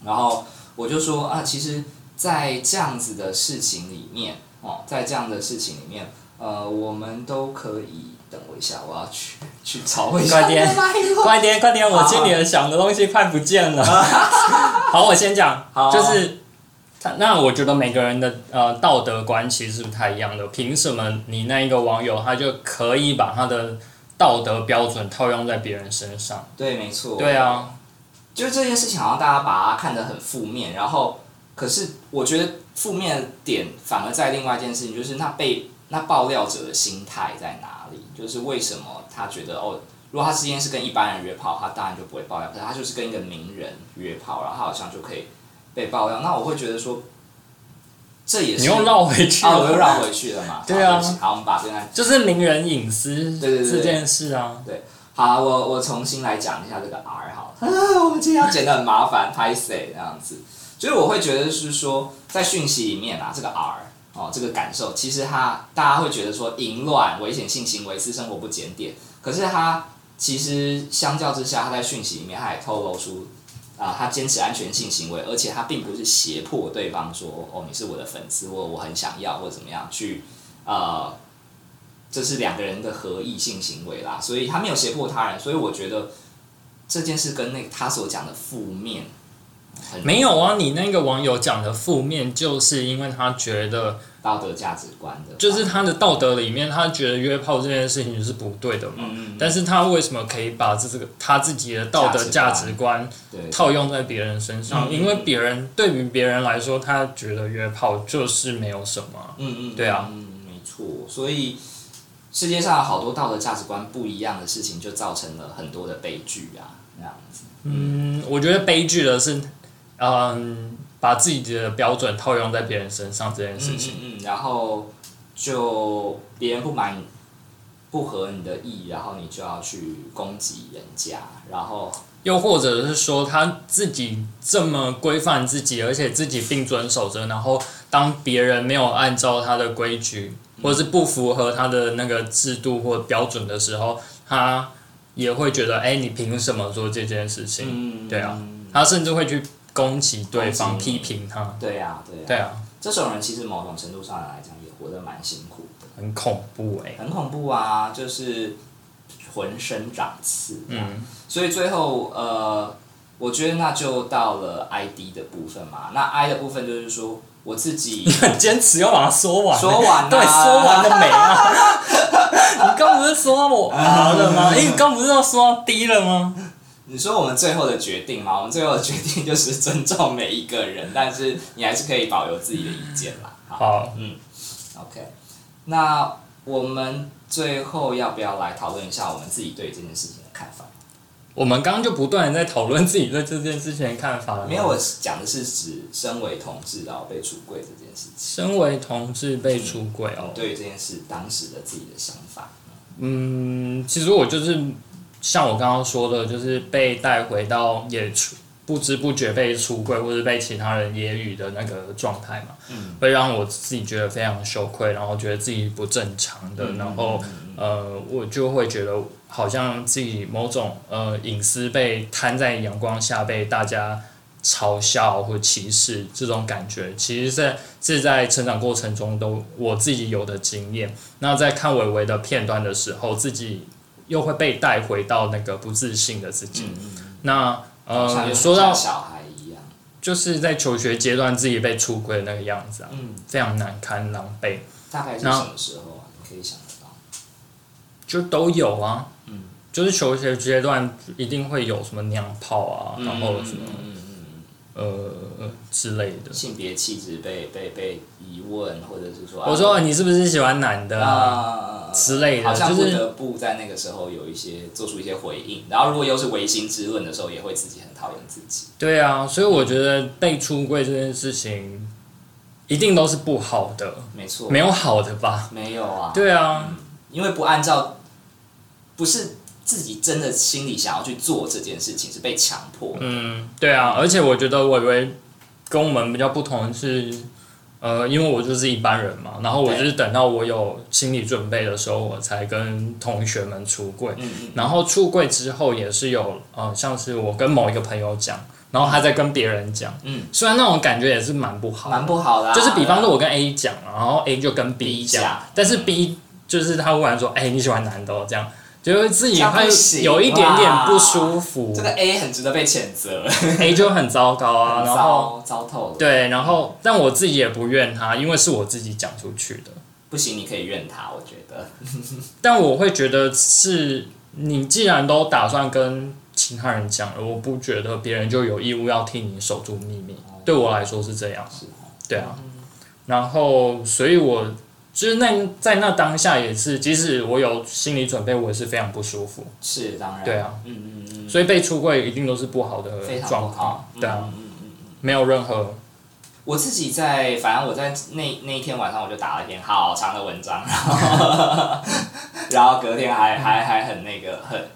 Speaker 2: 然后我就说啊，其实，在这样子的事情里面哦，在这样的事情里面，呃，我们都可以等我一下，我要去去找我一下
Speaker 1: 快点
Speaker 2: 我的脉 络
Speaker 1: 快点快点，我
Speaker 2: 好
Speaker 1: 心里的想的东西快不见 了。好，我先讲
Speaker 2: 好，啊
Speaker 1: 就是他。那我觉得每个人的呃道德观其实是不太一样的，凭什么你那一个网友他就可以把他的道德标准套用在别人身上？
Speaker 2: 对，没错，
Speaker 1: 对啊，
Speaker 2: 就是这件事情好像大家把它看得很负面，然后可是我觉得负面的点反而在另外一件事情，就是那被那爆料者的心态在哪里？就是为什么他觉得哦，如果他之前是跟一般人约炮，他当然就不会爆料，可是他就是跟一个名人约炮，然后他好像就可以被爆料。那我会觉得说，这也是
Speaker 1: 你又绕回去
Speaker 2: 啊，我又
Speaker 1: 了，
Speaker 2: 绕回去了嘛。
Speaker 1: 对啊
Speaker 2: 好好，我们把这段
Speaker 1: 就是名人隐私
Speaker 2: 对对对
Speaker 1: 这件事啊。
Speaker 2: 好，我我重新来讲一下这个 R 好了。啊，我们今天要剪得很麻烦，拍谁这样子？所以我会觉得是说，在讯息里面啊，这个 R 哦，这个感受，其实它大家会觉得说淫乱、危险性行为、私生活不检点，可是它其实相较之下，它在讯息里面它也透露出啊，他坚持安全性行为，而且他并不是胁迫对方说哦，你是我的粉丝，或我很想要，或怎么样去呃这是两个人的合意性行为啦，所以他没有胁迫他人，所以我觉得这件事跟那个他所讲的负面很
Speaker 1: 没有啊，你那个网友讲的负面，就是因为他觉得，
Speaker 2: 道德价值观的，
Speaker 1: 就是他的道德里面，他觉得约炮这件事情是不对的嘛。
Speaker 2: 嗯嗯，
Speaker 1: 但是他为什么可以把这这个他自己的道德
Speaker 2: 价
Speaker 1: 价
Speaker 2: 值
Speaker 1: 值观
Speaker 2: 对，
Speaker 1: 套用在别人身上？
Speaker 2: 嗯
Speaker 1: 因为别人对于别人来说，他觉得约炮就是没有什么。
Speaker 2: 嗯嗯，
Speaker 1: 对啊
Speaker 2: 嗯，没错，所以世界上好多道德价值观不一样的事情，就造成了很多的悲剧啊，那样子，
Speaker 1: 嗯，我觉得悲剧的是，嗯，把自己的标准套用在别人身上这件事情。
Speaker 2: 嗯嗯嗯，然后就别人不满不合你的意，然后你就要去攻击人家，然后
Speaker 1: 又或者是说他自己这么规范自己，而且自己并遵守着，然后当别人没有按照他的规矩，或者是不符合他的那个制度或标准的时候，他也会觉得，哎、你凭什么做这件事情？
Speaker 2: 嗯
Speaker 1: 对啊，他甚至会去攻击对方，
Speaker 2: 攻击
Speaker 1: 批评他。
Speaker 2: 对啊，对啊，
Speaker 1: 对啊，
Speaker 2: 这种人其实某种程度上来讲也活得蛮辛苦的，
Speaker 1: 很恐怖哎、
Speaker 2: 很恐怖啊，就是浑身长刺。
Speaker 1: 嗯，
Speaker 2: 所以最后呃，我觉得那就到了 ID 的部分嘛。那 I 的部分就是说我自己
Speaker 1: 很坚持要把它说完、
Speaker 2: 说 完啊
Speaker 1: 对，说完了没啊？ 你刚不是说我
Speaker 2: 啊
Speaker 1: R 了吗？哎，你刚不是要说到 D 了吗？
Speaker 2: 你说我们最后的决定嘛，我们最后的决定就是 尊重每一个人，但是你还是可以保留自己的意见啦。好
Speaker 1: 好，
Speaker 2: OK，那我们最后要不要来讨论一下我们自己对这件事情的看法？
Speaker 1: 我们刚刚就不断的在讨论自己对这件事情的看法了吗。
Speaker 2: 没有，我讲的是指身为同志然后被出柜这件事情，
Speaker 1: 身为同志被出轨哦，
Speaker 2: 对于这件事当时的自己的想法。
Speaker 1: 嗯，其实我就是像我刚刚说的，就是被带回到也出不知不觉被出柜，或者被其他人揶揄的那个状态嘛，
Speaker 2: 嗯
Speaker 1: 会让我自己觉得非常羞愧，然后觉得自己不正常的，
Speaker 2: 嗯
Speaker 1: 然后呃，我就会觉得好像自己某种呃隐私被摊在阳光下，被大家嘲笑或歧视这种感觉，其实在是在成长过程中都我自己有的经验。那在看伟伟的片段的时候，自己又会被带回到那个不自信的自己。
Speaker 2: 嗯嗯，
Speaker 1: 那
Speaker 2: 好像
Speaker 1: 呃，
Speaker 2: 就
Speaker 1: 说到
Speaker 2: 像小孩一样，
Speaker 1: 就是在求学阶段自己被出轨的那个样子啊，
Speaker 2: 嗯，
Speaker 1: 非常难堪狼狈，
Speaker 2: 大概是
Speaker 1: 那
Speaker 2: 什么时候啊？你可以想得到。
Speaker 1: 就都有啊。
Speaker 2: 嗯，
Speaker 1: 就是求学阶段一定会有什么娘炮啊，然后什么
Speaker 2: 嗯嗯嗯嗯
Speaker 1: 呃之类的
Speaker 2: 嗯，。性别气质被被被疑问，或者是说，啊
Speaker 1: 我说你是不是喜欢男的啊
Speaker 2: 啊
Speaker 1: 之类
Speaker 2: 好
Speaker 1: 的，
Speaker 2: 像
Speaker 1: 就
Speaker 2: 不
Speaker 1: 是
Speaker 2: 得不在那个时候有一些做出一些回应，然后如果又是唯心之论的时候，也会自己很讨厌自己。
Speaker 1: 对啊，所以我觉得被出柜这件事情一定都是不好的，
Speaker 2: 没错，
Speaker 1: 没有好的吧？
Speaker 2: 没有啊，
Speaker 1: 对啊，
Speaker 2: 因为不按照，不是自己真的心里想要去做这件事情，是被强迫。
Speaker 1: 嗯，对啊，而且我觉得伟伟跟我们比较不同的是，呃，因为我就是一般人嘛，然后我
Speaker 2: 对
Speaker 1: 就是等到我有心理准备的时候，我才跟同学们出柜。
Speaker 2: 嗯嗯
Speaker 1: 然后出柜之后也是有，呃，像是我跟某一个朋友讲，然后他再跟别人讲，
Speaker 2: 嗯，
Speaker 1: 虽然那种感觉也是蛮不好的，
Speaker 2: 蛮不好的、啊。
Speaker 1: 就是比方说，我跟 A 讲，然后 A 就跟 B 讲
Speaker 2: 讲，
Speaker 1: 但是 B 就是他忽然说：“哎、你喜欢男的、哦、这样。”觉得自己
Speaker 2: 这样不
Speaker 1: 会
Speaker 2: 行
Speaker 1: 有一点点不舒
Speaker 2: 对
Speaker 1: 服
Speaker 2: 这个 A 很值得被谴责，
Speaker 1: ，A 就很糟糕啊。然后
Speaker 2: 糟糟透了。
Speaker 1: 对，然后但我自己也不怨他，因为是我自己讲出去的。
Speaker 2: 不行，你可以怨他，我觉得。
Speaker 1: 但我会觉得是你既然都打算跟其他人讲了，我不觉得别人就有义务要替你守住秘密。
Speaker 2: 哦
Speaker 1: 对我来说是这样。
Speaker 2: 是哦
Speaker 1: 对啊，然后所以我就是那在那当下也是，即使我有心理准备，我也是非常不舒服。
Speaker 2: 是当然。
Speaker 1: 对啊，
Speaker 2: 嗯，嗯嗯
Speaker 1: 所以被出柜一定都是不好的
Speaker 2: 嗯，非常
Speaker 1: 状
Speaker 2: 不
Speaker 1: 况
Speaker 2: 好。，
Speaker 1: 对啊，
Speaker 2: 嗯嗯嗯嗯。
Speaker 1: 没有任何
Speaker 2: 我自己在，反正我在那那一天晚上我就打了一篇好长的文章，然 后然后隔天还还还很那个很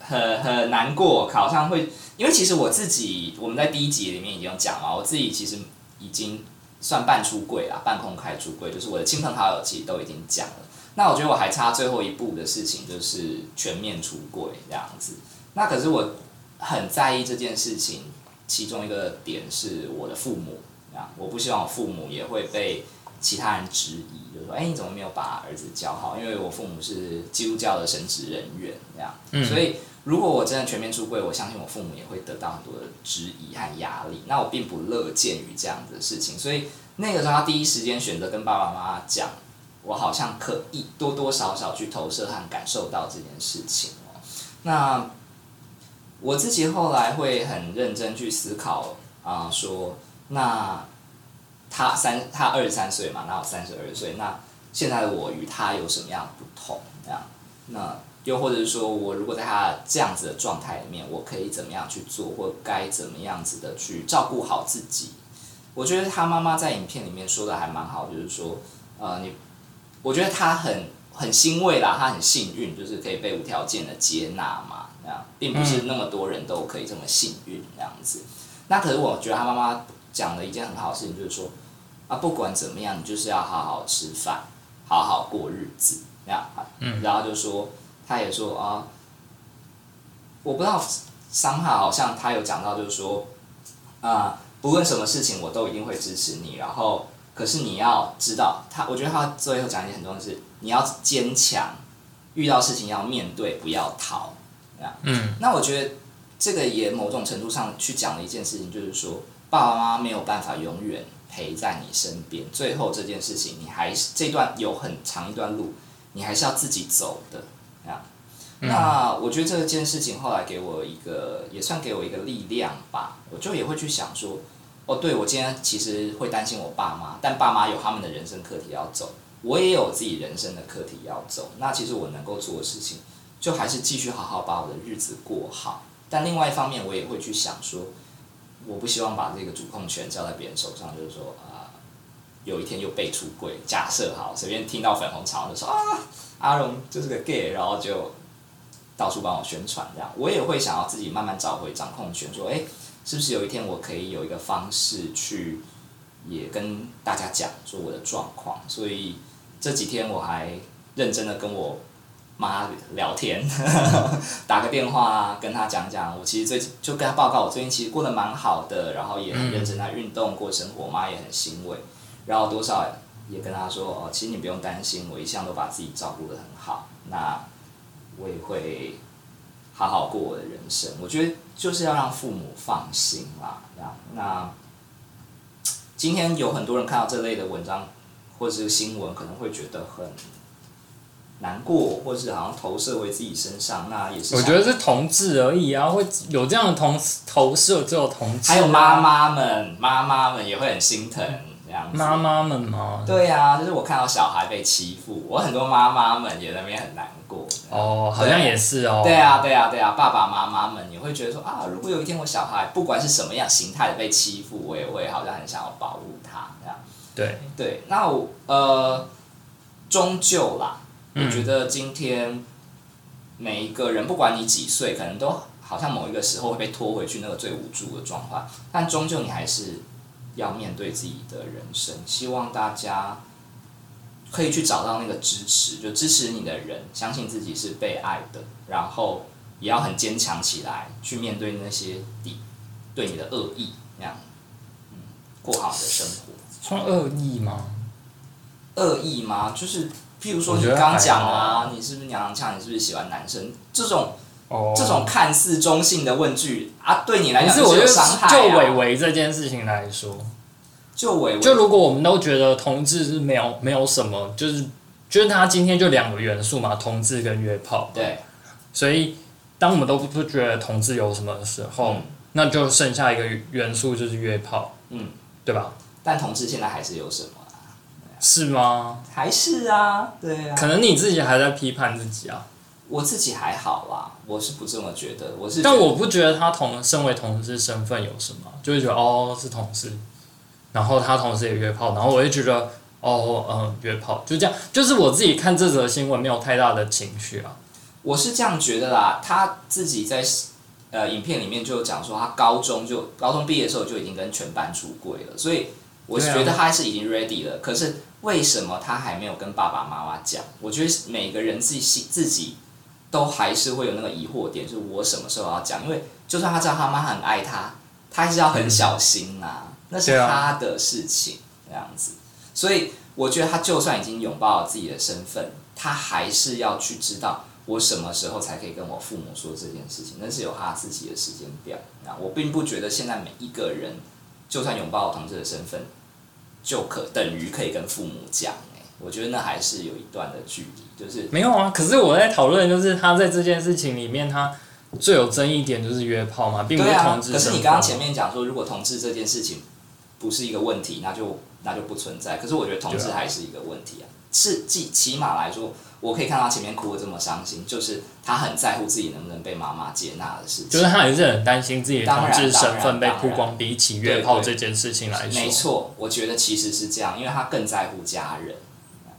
Speaker 2: 很很难过，好像会因为其实我自己我们在第一集里面已经有讲嘛，我自己其实已经算半出柜啦，半公开出柜，就是我的亲朋好友其实都已经讲了。那我觉得我还差最后一步的事情就是全面出柜这样子。那可是我很在意这件事情，其中一个点是我的父母啊，我不希望我父母也会被其他人质疑，就是说，哎、你怎么没有把儿子教好？因为我父母是基督教的神职人员这样，所以如果我真的全面出柜，我相信我父母也会得到很多的质疑和压力。那我并不乐见于这样子的事情，所以那个时候他第一时间选择跟爸爸妈妈讲，我好像可以多多少少去投射和感受到这件事情哦。那我自己后来会很认真去思考啊、说那他三他二十三岁嘛，那我三十二岁，那现在的我与他有什么样的不同？这样，那又或者是说我如果在他这样子的状态里面，我可以怎么样去做，或该怎么样子的去照顾好自己？我觉得他妈妈在影片里面说的还蛮好，就是说，呃，你，我觉得他很很欣慰啦，他很幸运，就是可以被无条件的接纳嘛，那样，并不是那么多人都可以这么幸运那样子。那可是我觉得他妈妈讲了一件很好的事情，就是说啊，不管怎么样，你就是要好好吃饭，好好过日子那样。嗯，然后就说他也说啊，我不知道桑哈好像他有讲到，就是说啊、不论什么事情我都一定会支持你，然后。可是你要知道，他我觉得他最后讲一件很重要的是，你要坚强，遇到事情要面对，不要逃。
Speaker 1: 嗯
Speaker 2: 那我觉得这个也某种程度上去讲了一件事情，就是说爸爸妈妈没有办法永远陪在你身边，最后这件事情你还是这段有很长一段路，你还是要自己走的。这样那我觉得这件事情后来给我一个，也算给我一个力量吧。我就也会去想说，哦，对我今天其实会担心我爸妈，但爸妈有他们的人生课题要走，我也有自己人生的课题要走。那其实我能够做的事情，就还是继续好好把我的日子过好。但另外一方面，我也会去想说，我不希望把这个主控权交在别人手上，就是说啊、有一天又被出柜。假设好，随便听到粉红潮就说啊，阿荣就是个 gay，然后就到处帮我宣传这样。我也会想要自己慢慢找回掌控权，说哎、诶是不是有一天我可以有一个方式去也跟大家讲说我的状况？所以这几天我还认真的跟我妈聊天，打个电话啊，跟她讲讲，我其实最近就跟她报告，我最近其实过得蛮好的，然后也很认真在运动过生活，我妈也很欣慰，然后多少也跟她说哦，其实你不用担心，我一向都把自己照顾得很好，那我也会好好过我的人生。我觉得就是要让父母放心啦。那那今天有很多人看到这类的文章或者是新闻，可能会觉得很难过，或是好像投射回自己身上。那也是啊
Speaker 1: 我
Speaker 2: 想
Speaker 1: 觉得是同志而已啊，会有这样的同投射只有同志、啊
Speaker 2: 还有妈、妈们，妈妈们也会很心疼这样子。
Speaker 1: 妈妈们吗？
Speaker 2: 对呀、就是我看到小孩被欺负，我很多妈妈们也在那边很难过。
Speaker 1: 哦，好像也是哦。
Speaker 2: 对啊，对啊，对啊，爸爸妈妈们也会觉得说啊，如果有一天我小孩不管是什么样形态的被欺负，我也会好像很想要保护他这样。
Speaker 1: 对，
Speaker 2: 对，那我呃，终究啦，
Speaker 1: 嗯
Speaker 2: 我觉得今天每一个人，不管你几岁，可能都好像某一个时候会被拖回去那个最无助的状况，但终究你还是要面对自己的人生。希望大家可以去找到那个支持，就支持你的人，相信自己是被爱的，然后也要很坚强起来，去面对那些敌对你的恶意，那样，嗯，过好你的生活。
Speaker 1: 算恶意吗？
Speaker 2: 恶意吗？就是譬如说
Speaker 1: 我
Speaker 2: 你
Speaker 1: 觉得
Speaker 2: 刚讲
Speaker 1: 还
Speaker 2: 啊，你是不是娘娘腔？你是不是喜欢男生？这种
Speaker 1: 哦，
Speaker 2: 这种看似中性的问句啊，对你来
Speaker 1: 不
Speaker 2: 讲
Speaker 1: 是，我
Speaker 2: 就
Speaker 1: 就是
Speaker 2: 有伤害啊。
Speaker 1: 就伟伟这件事情来说，
Speaker 2: 就伪
Speaker 1: 就如果我们都觉得同志是没有没有什么，就是就是他今天就两个元素嘛，同志跟约炮。
Speaker 2: 对
Speaker 1: 所以当我们都不不觉得同志有什么的时候，
Speaker 2: 嗯
Speaker 1: 那就剩下一个元素就是约炮，
Speaker 2: 嗯，
Speaker 1: 对吧？
Speaker 2: 但同志现在还是有什么啊？
Speaker 1: 是吗？
Speaker 2: 还是啊，对啊。
Speaker 1: 可能你自己还在批判自己啊，
Speaker 2: 我自己还好啦，我是不这么觉得，我是
Speaker 1: 但
Speaker 2: 觉得
Speaker 1: 我不觉得他同身为同志身份有什么，就会觉得哦是同志，然后他同时也约炮，然后我就觉得哦嗯约炮就这样，就是我自己看这则新闻没有太大的情绪啊，
Speaker 2: 我是这样觉得啦，他自己在呃影片里面就有讲说，他高中就高中毕业的时候就已经跟全班出柜了，所以我
Speaker 1: 对啊
Speaker 2: 觉得他是已经 ready 了。可是为什么他还没有跟爸爸妈妈讲？我觉得每个人自己心自己都还是会有那个疑惑点，就是我什么时候要讲？因为就算他知道他妈很爱他，他还是要很小心啊，那是
Speaker 1: 对
Speaker 2: 他
Speaker 1: 啊
Speaker 2: 的事情，这样子。所以我觉得他就算已经拥抱了自己的身份，他还是要去知道我什么时候才可以跟我父母说这件事情，那是有他自己的时间表。那我并不觉得现在每一个人，就算拥抱了同志的身份，就可等于可以跟父母讲、欸。我觉得那还是有一段的距离，就是
Speaker 1: 没有啊，可是我在讨论就是他在这件事情里面他最有争议点就是约炮嘛，并不
Speaker 2: 对
Speaker 1: 是
Speaker 2: 啊
Speaker 1: 同。志身份嘛、
Speaker 2: 可是你刚刚前面讲说，如果同志这件事情不是一个问题，那就那就不存在。可是我觉得同志
Speaker 1: 对啊
Speaker 2: 还是一个问题啊。是起起码来说，我可以看到他前面哭的这么伤心，就是他很在乎自己能不能被妈妈接纳的事情。
Speaker 1: 就是他还是很担心自己的
Speaker 2: 当
Speaker 1: 同
Speaker 2: 然
Speaker 1: 志身
Speaker 2: 当然
Speaker 1: 份被
Speaker 2: 当
Speaker 1: 曝
Speaker 2: 然
Speaker 1: 光，比起约炮这件事情来说，
Speaker 2: 没错，我觉得其实是这样，因为他更在乎家人，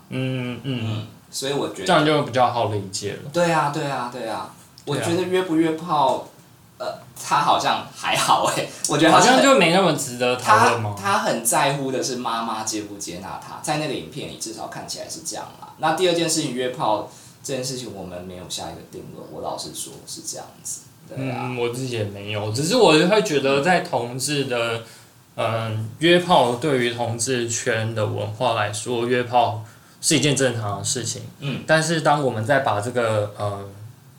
Speaker 2: 嗯
Speaker 1: 嗯嗯，
Speaker 2: 所以我觉
Speaker 1: 这
Speaker 2: 得
Speaker 1: 样就比较好理解了。
Speaker 2: 对啊，对啊，对啊。我
Speaker 1: 对啊
Speaker 2: 觉得约不约炮，呃，他好像还好哎、我觉得
Speaker 1: 好
Speaker 2: 他
Speaker 1: 像
Speaker 2: 是
Speaker 1: 就没那么值得讨论
Speaker 2: 他
Speaker 1: 吗？
Speaker 2: 他很在乎的是妈妈接不接纳他，在那个影片里至少看起来是这样啦。那第二件事情约炮这件事情，我们没有下一个定论，我老实说是这样子，对啊，
Speaker 1: 嗯，我自己也没有，只是我会觉得在同志的，嗯、约炮对于同志圈的文化来说，约炮是一件正常的事情。
Speaker 2: 嗯，
Speaker 1: 但是当我们再把这个呃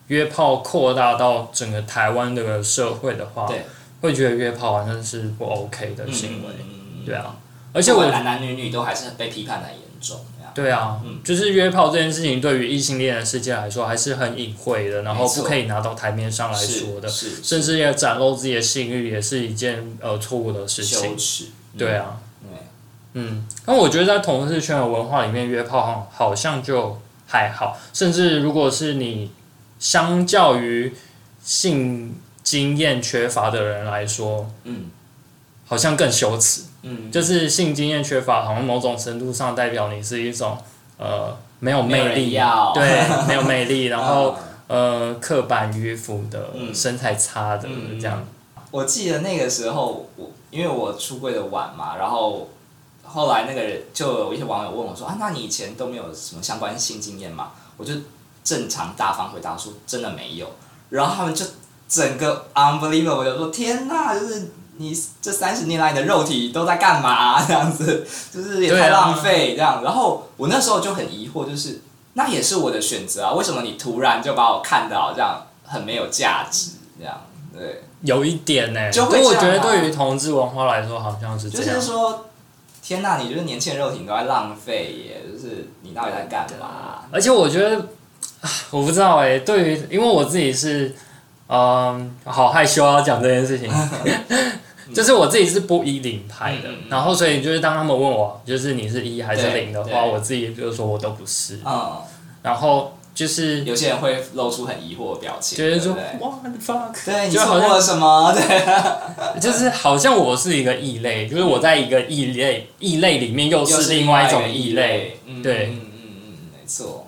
Speaker 1: 约炮扩大到整个台湾这个社会的话，
Speaker 2: 对，
Speaker 1: 会觉得约炮好像是不 OK 的行为。
Speaker 2: 嗯
Speaker 1: 对，啊，而
Speaker 2: 而
Speaker 1: 且我
Speaker 2: 男男女女都还是被批判的严重，这样
Speaker 1: 对啊，
Speaker 2: 嗯
Speaker 1: 就是约炮这件事情对于异性恋的世界来说还是很隐晦的，然后
Speaker 2: 没错
Speaker 1: 不可以拿到台面上来说的，
Speaker 2: 是是
Speaker 1: 甚至也展露自己的性欲也是一件呃错误的事
Speaker 2: 羞
Speaker 1: 情。
Speaker 2: 耻，
Speaker 1: 对啊，
Speaker 2: 嗯，对。
Speaker 1: 嗯，那我觉得在同志圈的文化里面，约炮好好像就还好，甚至如果是你相较于性经验缺乏的人来说，
Speaker 2: 嗯
Speaker 1: 好像更羞耻。
Speaker 2: 嗯，
Speaker 1: 就是性经验缺乏，好像某种程度上代表你是一种呃没有
Speaker 2: 没有
Speaker 1: 魅
Speaker 2: 人
Speaker 1: 力，
Speaker 2: 要
Speaker 1: 对，啊没有魅力，然后
Speaker 2: 啊
Speaker 1: 呃刻板迂腐的，
Speaker 2: 嗯
Speaker 1: 身材差的
Speaker 2: 嗯
Speaker 1: 这样，
Speaker 2: 我记得那个时候，我因为我出柜的晚嘛，然后后来那个人就有一些网友问我说：“啊，那你以前都没有什么相关性经验吗？”我就正常大方回答说：“真的没有。”然后他们就整个 unbelievable，我就说：“天哪，就是你这三十年来你的肉体都在干嘛、这样子就是也
Speaker 1: 对啊
Speaker 2: 太浪费这样。”然后我那时候就很疑惑，就是那也是我的选择啊，为什么你突然就把我看到这样很没有价值这样？对。
Speaker 1: 有一点呢、
Speaker 2: 就会
Speaker 1: 可我觉
Speaker 2: 这样
Speaker 1: 得
Speaker 2: 啊
Speaker 1: 对于同志文化来说，好像是
Speaker 2: 就
Speaker 1: 这
Speaker 2: 是
Speaker 1: 样。
Speaker 2: 说，天呐，你就是年轻的肉体你都在浪费耶，就是你到底在干嘛？
Speaker 1: 而且我觉得，唉我不知道哎、对于因为我自己是，嗯，好害羞要讲这件 事情，就是我自己是不一零派的，
Speaker 2: 嗯嗯嗯
Speaker 1: 然后所以就是当他们问我，就是你是一还是
Speaker 2: 对
Speaker 1: 零的话，
Speaker 2: 对
Speaker 1: 我自己就是说我都不是，
Speaker 2: 嗯，
Speaker 1: 然后就是
Speaker 2: 有些人会露出很疑惑的表情，
Speaker 1: 觉得说
Speaker 2: 对不
Speaker 1: 哇 fuck，
Speaker 2: 对，对你
Speaker 1: 就
Speaker 2: 错
Speaker 1: 好
Speaker 2: 过了
Speaker 1: 像
Speaker 2: 什么？对，
Speaker 1: 就是好像我是一个异类，就是我在一个异类异类里面又
Speaker 2: 又
Speaker 1: 是另外一种
Speaker 2: 个
Speaker 1: 异类，，
Speaker 2: 嗯
Speaker 1: 对
Speaker 2: 嗯嗯嗯嗯，没错，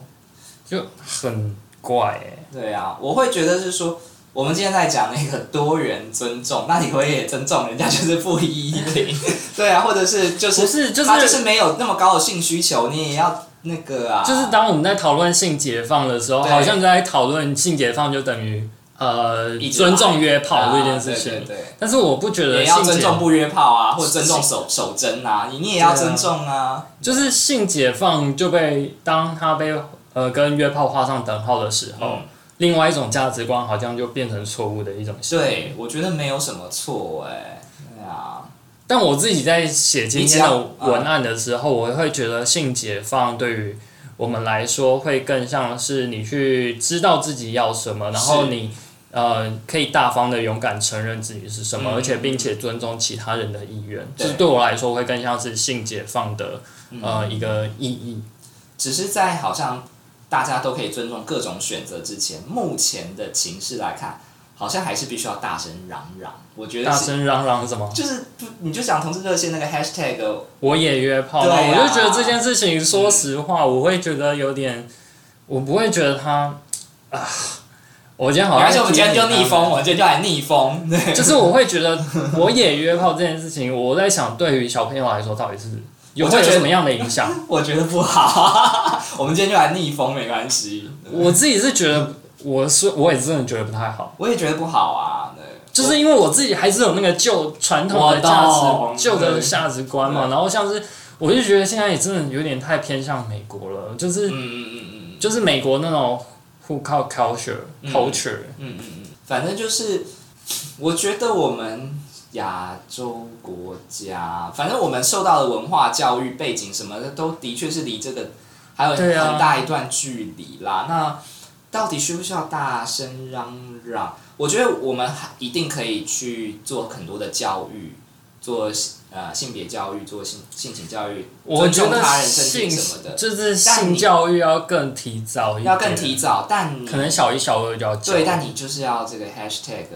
Speaker 1: 就很怪哎、
Speaker 2: 对啊，我会觉得是说。我们今天在讲那个多元尊重，那你可不可以也尊重人家就是不一 零？对啊，或者是就是
Speaker 1: 不是就是
Speaker 2: 他就是没有那么高的性需求，你也要那个啊，
Speaker 1: 就是当我们在讨论性解放的时候，
Speaker 2: 对
Speaker 1: 好像在讨论性解放就等于呃
Speaker 2: 一直
Speaker 1: 尊重约炮
Speaker 2: 啊
Speaker 1: 这件事情。
Speaker 2: 对对对
Speaker 1: 但是我不觉得
Speaker 2: 也要
Speaker 1: 性
Speaker 2: 尊
Speaker 1: 解
Speaker 2: 重不约炮啊，或者尊重手手针啊，你你也要尊重啊。
Speaker 1: 就是性解放就被当它被呃跟约炮画上等号的时候，
Speaker 2: 嗯
Speaker 1: 另外一种价值观好像就变成错误的一种行为。
Speaker 2: 对，我觉得没有什么错哎、对啊，
Speaker 1: 但我自己在写今天的
Speaker 2: 你啊只要
Speaker 1: 文案的时候，我会觉得性解放对于我们来说会更像是你去知道自己要什么，然后
Speaker 2: 是
Speaker 1: 你呃可以大方的勇敢承认自己是什么，
Speaker 2: 嗯
Speaker 1: 而且并且尊重其他人的意愿。
Speaker 2: 对
Speaker 1: 这对我来说会更像是性解放的
Speaker 2: 嗯
Speaker 1: 呃一个意义。
Speaker 2: 只是在好像大家都可以尊重各种选择之前，目前的情势来看，好像还是必须要大声嚷嚷。我觉
Speaker 1: 大
Speaker 2: 得是
Speaker 1: 声嚷嚷什么？
Speaker 2: 就是不，你就想同志热线那个 hashtag，哦
Speaker 1: 我也约炮
Speaker 2: 对
Speaker 1: 吗？
Speaker 2: 啊
Speaker 1: 我就觉得这件事情，说实话，我会觉得有点，我不会觉得他啊，我今天好
Speaker 2: 而
Speaker 1: 像
Speaker 2: 且我们今天就
Speaker 1: 批评他
Speaker 2: 逆风，我们今天就来逆风。 对，
Speaker 1: 就是我会觉得我也约炮这件事情，我在想对于小朋友来说到底是有
Speaker 2: 我
Speaker 1: 会
Speaker 2: 就
Speaker 1: 有
Speaker 2: 觉得
Speaker 1: 什么样的影响？
Speaker 2: 我觉得不好， 我们今天就来逆风，没关系。
Speaker 1: 我自己是觉得，我是我也真的觉得不太好，
Speaker 2: 我也觉得不好啊，对。
Speaker 1: 就是因为我自己还是有那个旧传统的价
Speaker 2: 我懂
Speaker 1: 值、旧的价值观嘛，
Speaker 2: 对
Speaker 1: 然后像是我就觉得现在也真的有点太偏向美国了，就是
Speaker 2: 嗯嗯嗯嗯。
Speaker 1: 就是美国那种互靠 culture
Speaker 2: 嗯
Speaker 1: culture，
Speaker 2: 嗯嗯嗯，反正就是，我觉得我们亚洲国家，反正我们受到的文化教育背景什么的，都的确是离这个还有
Speaker 1: 对啊
Speaker 2: 很大一段距离啦。那到底需不需要大声嚷嚷？我觉得我们还一定可以去做很多的教育，做呃性别教育，做性性情教育，
Speaker 1: 我觉
Speaker 2: 尊重
Speaker 1: 得
Speaker 2: 他人身
Speaker 1: 性
Speaker 2: 体什么的，
Speaker 1: 就是
Speaker 2: 但
Speaker 1: 性
Speaker 2: 你
Speaker 1: 教育要更提早一点，
Speaker 2: 要更提早。但你
Speaker 1: 可能小一、小二就要教
Speaker 2: 对，但你就是要这个 hashtag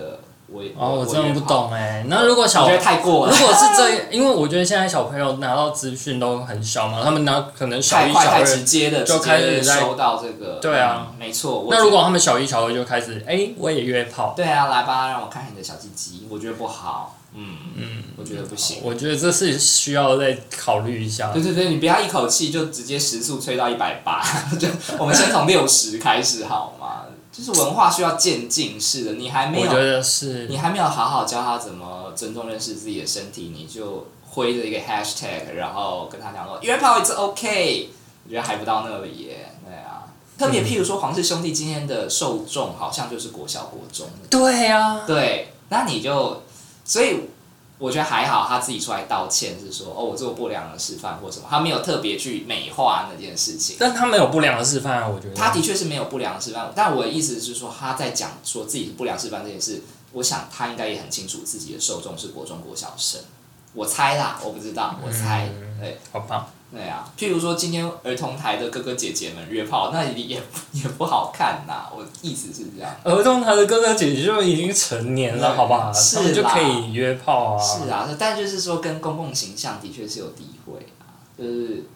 Speaker 2: 我
Speaker 1: 哦，我
Speaker 2: 我
Speaker 1: 真的不，懂哎、那
Speaker 2: 我
Speaker 1: 如果小
Speaker 2: 我觉得太过了
Speaker 1: 如，果是这，因为我觉得现在小朋友拿到资讯都很小嘛，他们拿可能小
Speaker 2: 太
Speaker 1: 一、
Speaker 2: 快
Speaker 1: 小
Speaker 2: 太
Speaker 1: 二，
Speaker 2: 直接的
Speaker 1: 就开始
Speaker 2: 直接
Speaker 1: 在
Speaker 2: 收到这个，
Speaker 1: 对啊
Speaker 2: 嗯，没错。我
Speaker 1: 那
Speaker 2: 觉
Speaker 1: 如
Speaker 2: 得
Speaker 1: 果他们小一、小二就开始，哎、我也约炮，
Speaker 2: 对啊，来吧，让我看看你的小鸡鸡，我觉得不好，嗯嗯，我觉得不行。
Speaker 1: 我觉得这是需要再考虑一下
Speaker 2: 对。对对，你不要一口气就直接时速吹到一百八， 就我们先从六十开始好吗？就是文化需要渐进式的，你还没
Speaker 1: 我觉
Speaker 2: 有，
Speaker 1: 得是
Speaker 2: 你还没有好好教他怎么尊重认识自己的身体，你就挥着一个 hashtag，然后跟他讲说约炮 it's OK，我觉得还不到那里耶，对啊。特别譬如说黄氏兄弟今天的受众好像就是国小国中的
Speaker 1: 对啊呀、
Speaker 2: 对，那你就，所以我觉得还好，他自己出来道歉是说，哦，我做不良的示范或什么，他没有特别去美化那件事情。
Speaker 1: 但他们有不良的示范啊，我觉得。
Speaker 2: 他的确是没有不良示范，但我的意思是说，他在讲说自己是不良示范这件事，我想他应该也很清楚自己的受众是国中国小生，我猜啦，我不知道，我猜，
Speaker 1: 嗯
Speaker 2: 对
Speaker 1: 好棒，
Speaker 2: 对啊，譬如说今天儿童台的哥哥姐姐们约炮，那也也不好看呐，我意思是这样。
Speaker 1: 儿童台的哥哥姐姐就已经成年了，好不好？
Speaker 2: 是
Speaker 1: 他们就
Speaker 2: 啦
Speaker 1: 可以约炮啊。
Speaker 2: 是啊，但就是说跟公共形象的确是有诋毁啊，就是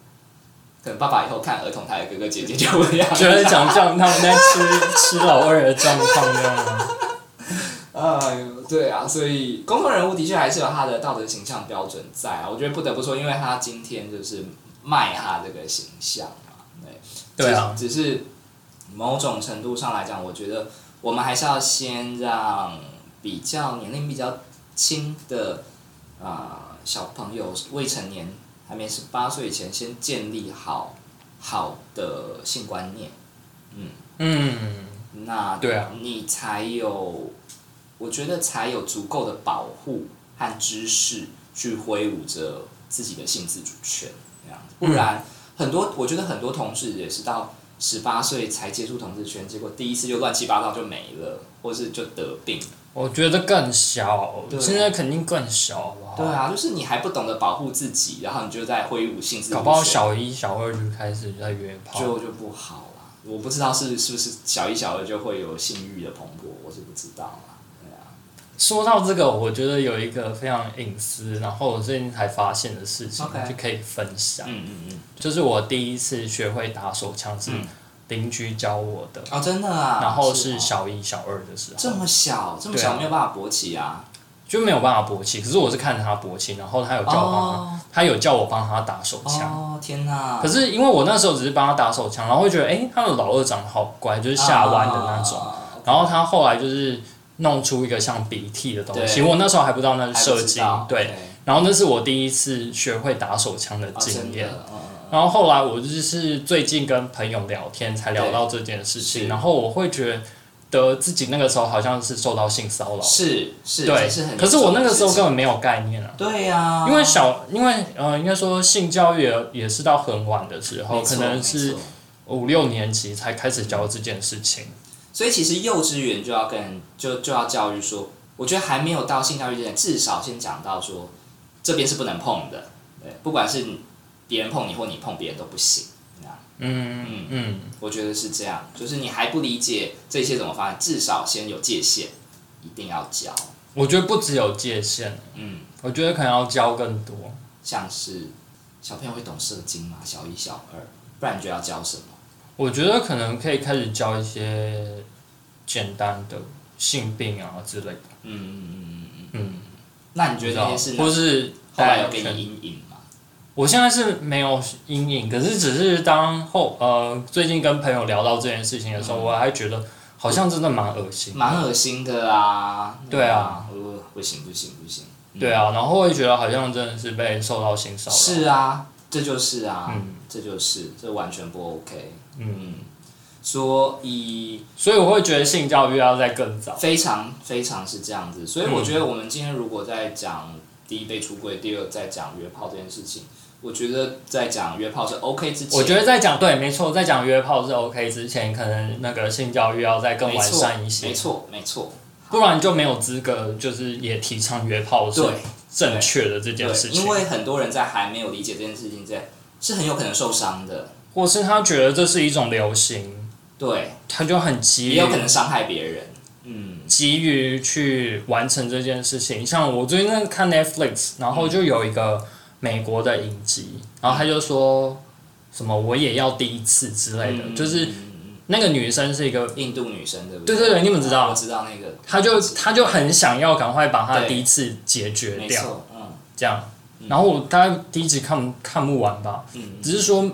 Speaker 2: 可能爸爸以后看儿童台的哥哥姐姐就不一样。
Speaker 1: 觉得讲这样他们在吃吃老二的状况这样啊吗。
Speaker 2: 哎呦，对啊，所以公众人物的确还是有他的道德形象标准在啊。我觉得不得不说，因为他今天就是卖他这个形象嘛，对，
Speaker 1: 对啊，
Speaker 2: 只只是某种程度上来讲，我觉得我们还是要先让比较年龄比较轻的啊、小朋友、未成年还没十八岁以前，先建立好好的性观念。
Speaker 1: 嗯，
Speaker 2: 那
Speaker 1: 对啊
Speaker 2: 你才有，我觉得才有足够的保护和知识去挥舞着自己的性自主权，这样子。不然，很多我觉得很多同事也是到十八岁才接触同志圈，结果第一次就乱七八糟就没了，或是就得病。
Speaker 1: 我觉得更小，
Speaker 2: 对
Speaker 1: 现在肯定更小，好不好？
Speaker 2: 对啊，就是你还不懂得保护自己，然后你就在挥舞性自主
Speaker 1: 搞
Speaker 2: 权，
Speaker 1: 不好小一、小二就开始在约炮，
Speaker 2: 就就不好啦。我不知道是是不是小一、小二就会有性欲的蓬勃，我是不知道啦。对啊，
Speaker 1: 说到这个，我觉得有一个非常隐私，然后我最近才发现的事情
Speaker 2: OK
Speaker 1: 就可以分享。
Speaker 2: 嗯嗯嗯，
Speaker 1: 就是我第一次学会打手枪是
Speaker 2: 嗯
Speaker 1: 邻居教我的，
Speaker 2: 哦，真的啊。
Speaker 1: 然后
Speaker 2: 哦
Speaker 1: 是小一、小二的时
Speaker 2: 这
Speaker 1: 候
Speaker 2: 么小，这么
Speaker 1: 对啊
Speaker 2: 小没有办法勃起啊！
Speaker 1: 就没有办法勃起，可是我是看着他勃起，然后他有叫我帮他，
Speaker 2: 哦
Speaker 1: 他有叫我帮他打手枪。
Speaker 2: 哦，天哪！
Speaker 1: 可是因为我那时候只是帮他打手枪，然后会觉得，哎、他的老二长得好乖，就是下弯的那种。
Speaker 2: 啊
Speaker 1: 然后他后来就是弄出一个像鼻涕的东西，
Speaker 2: 对
Speaker 1: 我那时候还不知道那是
Speaker 2: 还不
Speaker 1: 射
Speaker 2: 知
Speaker 1: 精
Speaker 2: 道，哦
Speaker 1: 对。
Speaker 2: 对，
Speaker 1: 然后那是我第一次学会打手枪的
Speaker 2: 啊
Speaker 1: 经验。
Speaker 2: 真的嗯
Speaker 1: 然后后来我就是最近跟朋友聊天才聊到这件事
Speaker 2: 是
Speaker 1: 情，然后我会觉得自己那个时候好像是受到性骚扰，
Speaker 2: 是是，
Speaker 1: 对
Speaker 2: 这是很。
Speaker 1: 可是我那个时候根，本没有概念啊，
Speaker 2: 对呀，
Speaker 1: 因为小，因为呃，应该说性教育也也是到很晚的时候，
Speaker 2: 没
Speaker 1: 可
Speaker 2: 错
Speaker 1: 能
Speaker 2: 没
Speaker 1: 是
Speaker 2: 错
Speaker 1: 五六年级才开始教这件事情。
Speaker 2: 所以其实幼稚园就要跟就就要教育说，我觉得还没有到性教育之前，至少先讲到说这边是不能碰的，对，不管是别人碰你或你碰别人都不行。这样
Speaker 1: 嗯嗯，
Speaker 2: 我觉得是这样，就是你还不理解这些怎么发展，至少先有界限，一定要教。
Speaker 1: 我觉得不只有界限，
Speaker 2: 嗯，
Speaker 1: 我觉得可能要教更多。
Speaker 2: 像是小朋友会懂射精吗？小一、小二，不然你觉得要教什么？
Speaker 1: 我觉得可能可以开始教一些简单的性病啊之类的。
Speaker 2: 嗯嗯嗯嗯嗯。
Speaker 1: 嗯，
Speaker 2: 那你觉得那些是
Speaker 1: 或是
Speaker 2: 后来有给
Speaker 1: 戴安
Speaker 2: 你
Speaker 1: 全
Speaker 2: 阴影吗？
Speaker 1: 我现在是没有阴影，可是只是当后呃最近跟朋友聊到这件事情的时候，我还觉得好像真的蛮恶心。
Speaker 2: 嗯蛮恶心的啊。
Speaker 1: 对啊
Speaker 2: 呃，不行不行不行。嗯
Speaker 1: 对。啊，然后会觉得好像真的是被受到性骚扰。
Speaker 2: 是啊，这就是啊，
Speaker 1: 嗯
Speaker 2: 这就是这完全不 OK。
Speaker 1: 嗯，
Speaker 2: 所以
Speaker 1: 所以我会觉得性教育要在更早。
Speaker 2: 非常非常是这样子，所以我觉得我们今天如果在讲第一被出柜，第二在讲约炮这件事情，我觉得在讲约炮是 OK 之前，
Speaker 1: 我觉得在讲对，没错，在讲约炮是 OK 之前，可能那个性教育要再更
Speaker 2: 没
Speaker 1: 完
Speaker 2: 错
Speaker 1: 善一些
Speaker 2: 没。错没错，
Speaker 1: 不然就没有资格，就是也提倡约炮是
Speaker 2: 对
Speaker 1: 正确的这件事
Speaker 2: 对，
Speaker 1: 情，
Speaker 2: 因为很多人在还没有理解这件事情之前，是很有可能受伤的，
Speaker 1: 或是他觉得这是一种流行，
Speaker 2: 对，
Speaker 1: 他就很急于，
Speaker 2: 也有可能伤害别人，嗯，
Speaker 1: 急于去完成这件事情。像我最近在看 Netflix，然后就有一个美国的影集，然后他就说什么我也要第一次之类的，就是那个女生是一个，
Speaker 2: 嗯印度女生对不
Speaker 1: 对对对你怎么知道
Speaker 2: 我知道那个，
Speaker 1: 她就她就很想要赶快把她
Speaker 2: 对
Speaker 1: 第一次解决
Speaker 2: 没
Speaker 1: 掉，
Speaker 2: 错，嗯
Speaker 1: 这样。然后我大概第一集看看不完吧，
Speaker 2: 嗯，
Speaker 1: 只是说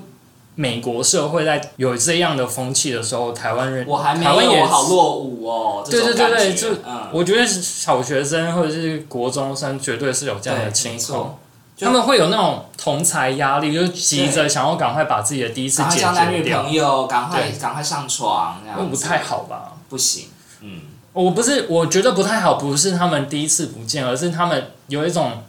Speaker 1: 美国社会在有这样的风气的时候，台湾人
Speaker 2: 我还没
Speaker 1: 台湾
Speaker 2: 有，
Speaker 1: 也
Speaker 2: 我好落伍哦，这
Speaker 1: 对
Speaker 2: 种
Speaker 1: 对对对
Speaker 2: 感觉
Speaker 1: 就
Speaker 2: 嗯，
Speaker 1: 我觉得小学生或者是国中生绝对是有这样的
Speaker 2: 对
Speaker 1: 情
Speaker 2: 没
Speaker 1: 况
Speaker 2: 错，，就
Speaker 1: 他们会有那种同才压力，就是急着想要赶快把自己的第一次
Speaker 2: 赶快
Speaker 1: 解
Speaker 2: 交男
Speaker 1: 决
Speaker 2: 女
Speaker 1: 掉，
Speaker 2: 朋友，赶快
Speaker 1: 对
Speaker 2: 赶快上床，这样
Speaker 1: 那
Speaker 2: 子
Speaker 1: 不太好吧？
Speaker 2: 不行，嗯，
Speaker 1: 我不是，我觉得不太好，不是他们第一次不见，而是他们有一种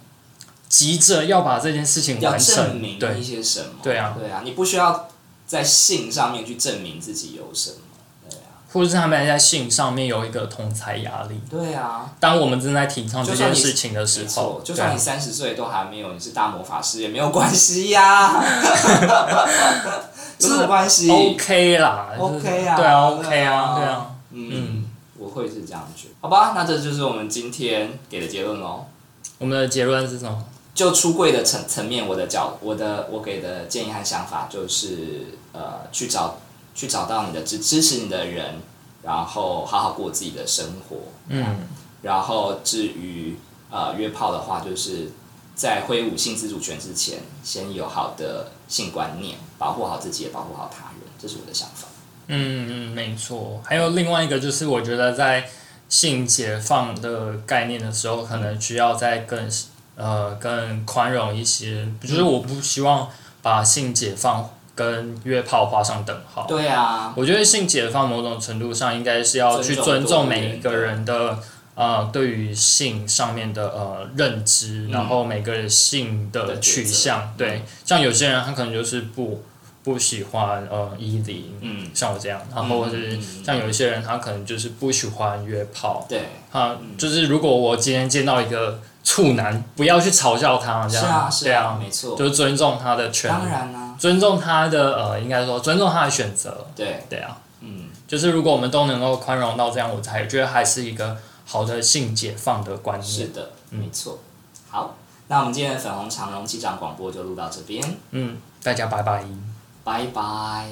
Speaker 1: 急着要把这件事情
Speaker 2: 要
Speaker 1: 完
Speaker 2: 证
Speaker 1: 成，
Speaker 2: 明一
Speaker 1: 对
Speaker 2: 些什么，
Speaker 1: 对啊，
Speaker 2: 对啊，你不需要在性上面去证明自己有什么，
Speaker 1: 或者是他们在性上面有一个同才压力。
Speaker 2: 对啊，
Speaker 1: 当我们正在提倡这件事情的时
Speaker 2: 没
Speaker 1: 候
Speaker 2: 错，，就
Speaker 1: 对啊
Speaker 2: 算你三十岁都还没有，你是大魔法师也没有关系呀、 有什么关系
Speaker 1: OK 啦就是
Speaker 2: OK 啊
Speaker 1: 对啊
Speaker 2: 对
Speaker 1: ，OK
Speaker 2: 啊
Speaker 1: 啊，对啊，
Speaker 2: 嗯，我会是这样觉得，好吧？那这就是我们今天给的结论喽。
Speaker 1: 我们的结论是什么？
Speaker 2: 就出柜的层层面，我的角，我的我给的建议和想法就是，呃，去找去找到你的支支持你的人，然后好好过自己的生活。
Speaker 1: 嗯，
Speaker 2: 然后至于呃约炮的话，就是在挥舞性自主权之前，先有好的性观念，保护好自己，也保护好他人，这是我的想法。
Speaker 1: 嗯嗯，没错。还有另外一个就是，我觉得在性解放的概念的时候，可能需要再更呃更宽容一些，就是我不希望把性解放跟约炮画上等号。
Speaker 2: 对啊，
Speaker 1: 我觉得性解放某种程度上应该是要去尊重每一个人的呃对于性上面的呃认知，
Speaker 2: 嗯
Speaker 1: 然后每个人性的取向，对，像有些人他可能就是不不喜欢呃伊犁，
Speaker 2: 嗯，
Speaker 1: 像我这样，然后或者是
Speaker 2: 嗯
Speaker 1: 像有一些人他可能就是不喜欢约炮，
Speaker 2: 对，
Speaker 1: 啊，就是如果我今天见到一个处男，不要去嘲笑他，这
Speaker 2: 是
Speaker 1: 样
Speaker 2: 啊，是
Speaker 1: 对啊，
Speaker 2: 没错，啊
Speaker 1: 就是尊重他的权
Speaker 2: 当
Speaker 1: 利，
Speaker 2: 然啦、
Speaker 1: 尊重他的呃，应该说尊重他的选择，
Speaker 2: 对，
Speaker 1: 对啊。
Speaker 2: 嗯，
Speaker 1: 就是如果我们都能够宽容到这样，我才觉得还是一个好的性解放的观
Speaker 2: 是
Speaker 1: 念。
Speaker 2: 的，
Speaker 1: 嗯
Speaker 2: 没错。好，那我们今天的粉红长荣机长广播就录到这边，
Speaker 1: 嗯，大家拜拜。
Speaker 2: 拜拜。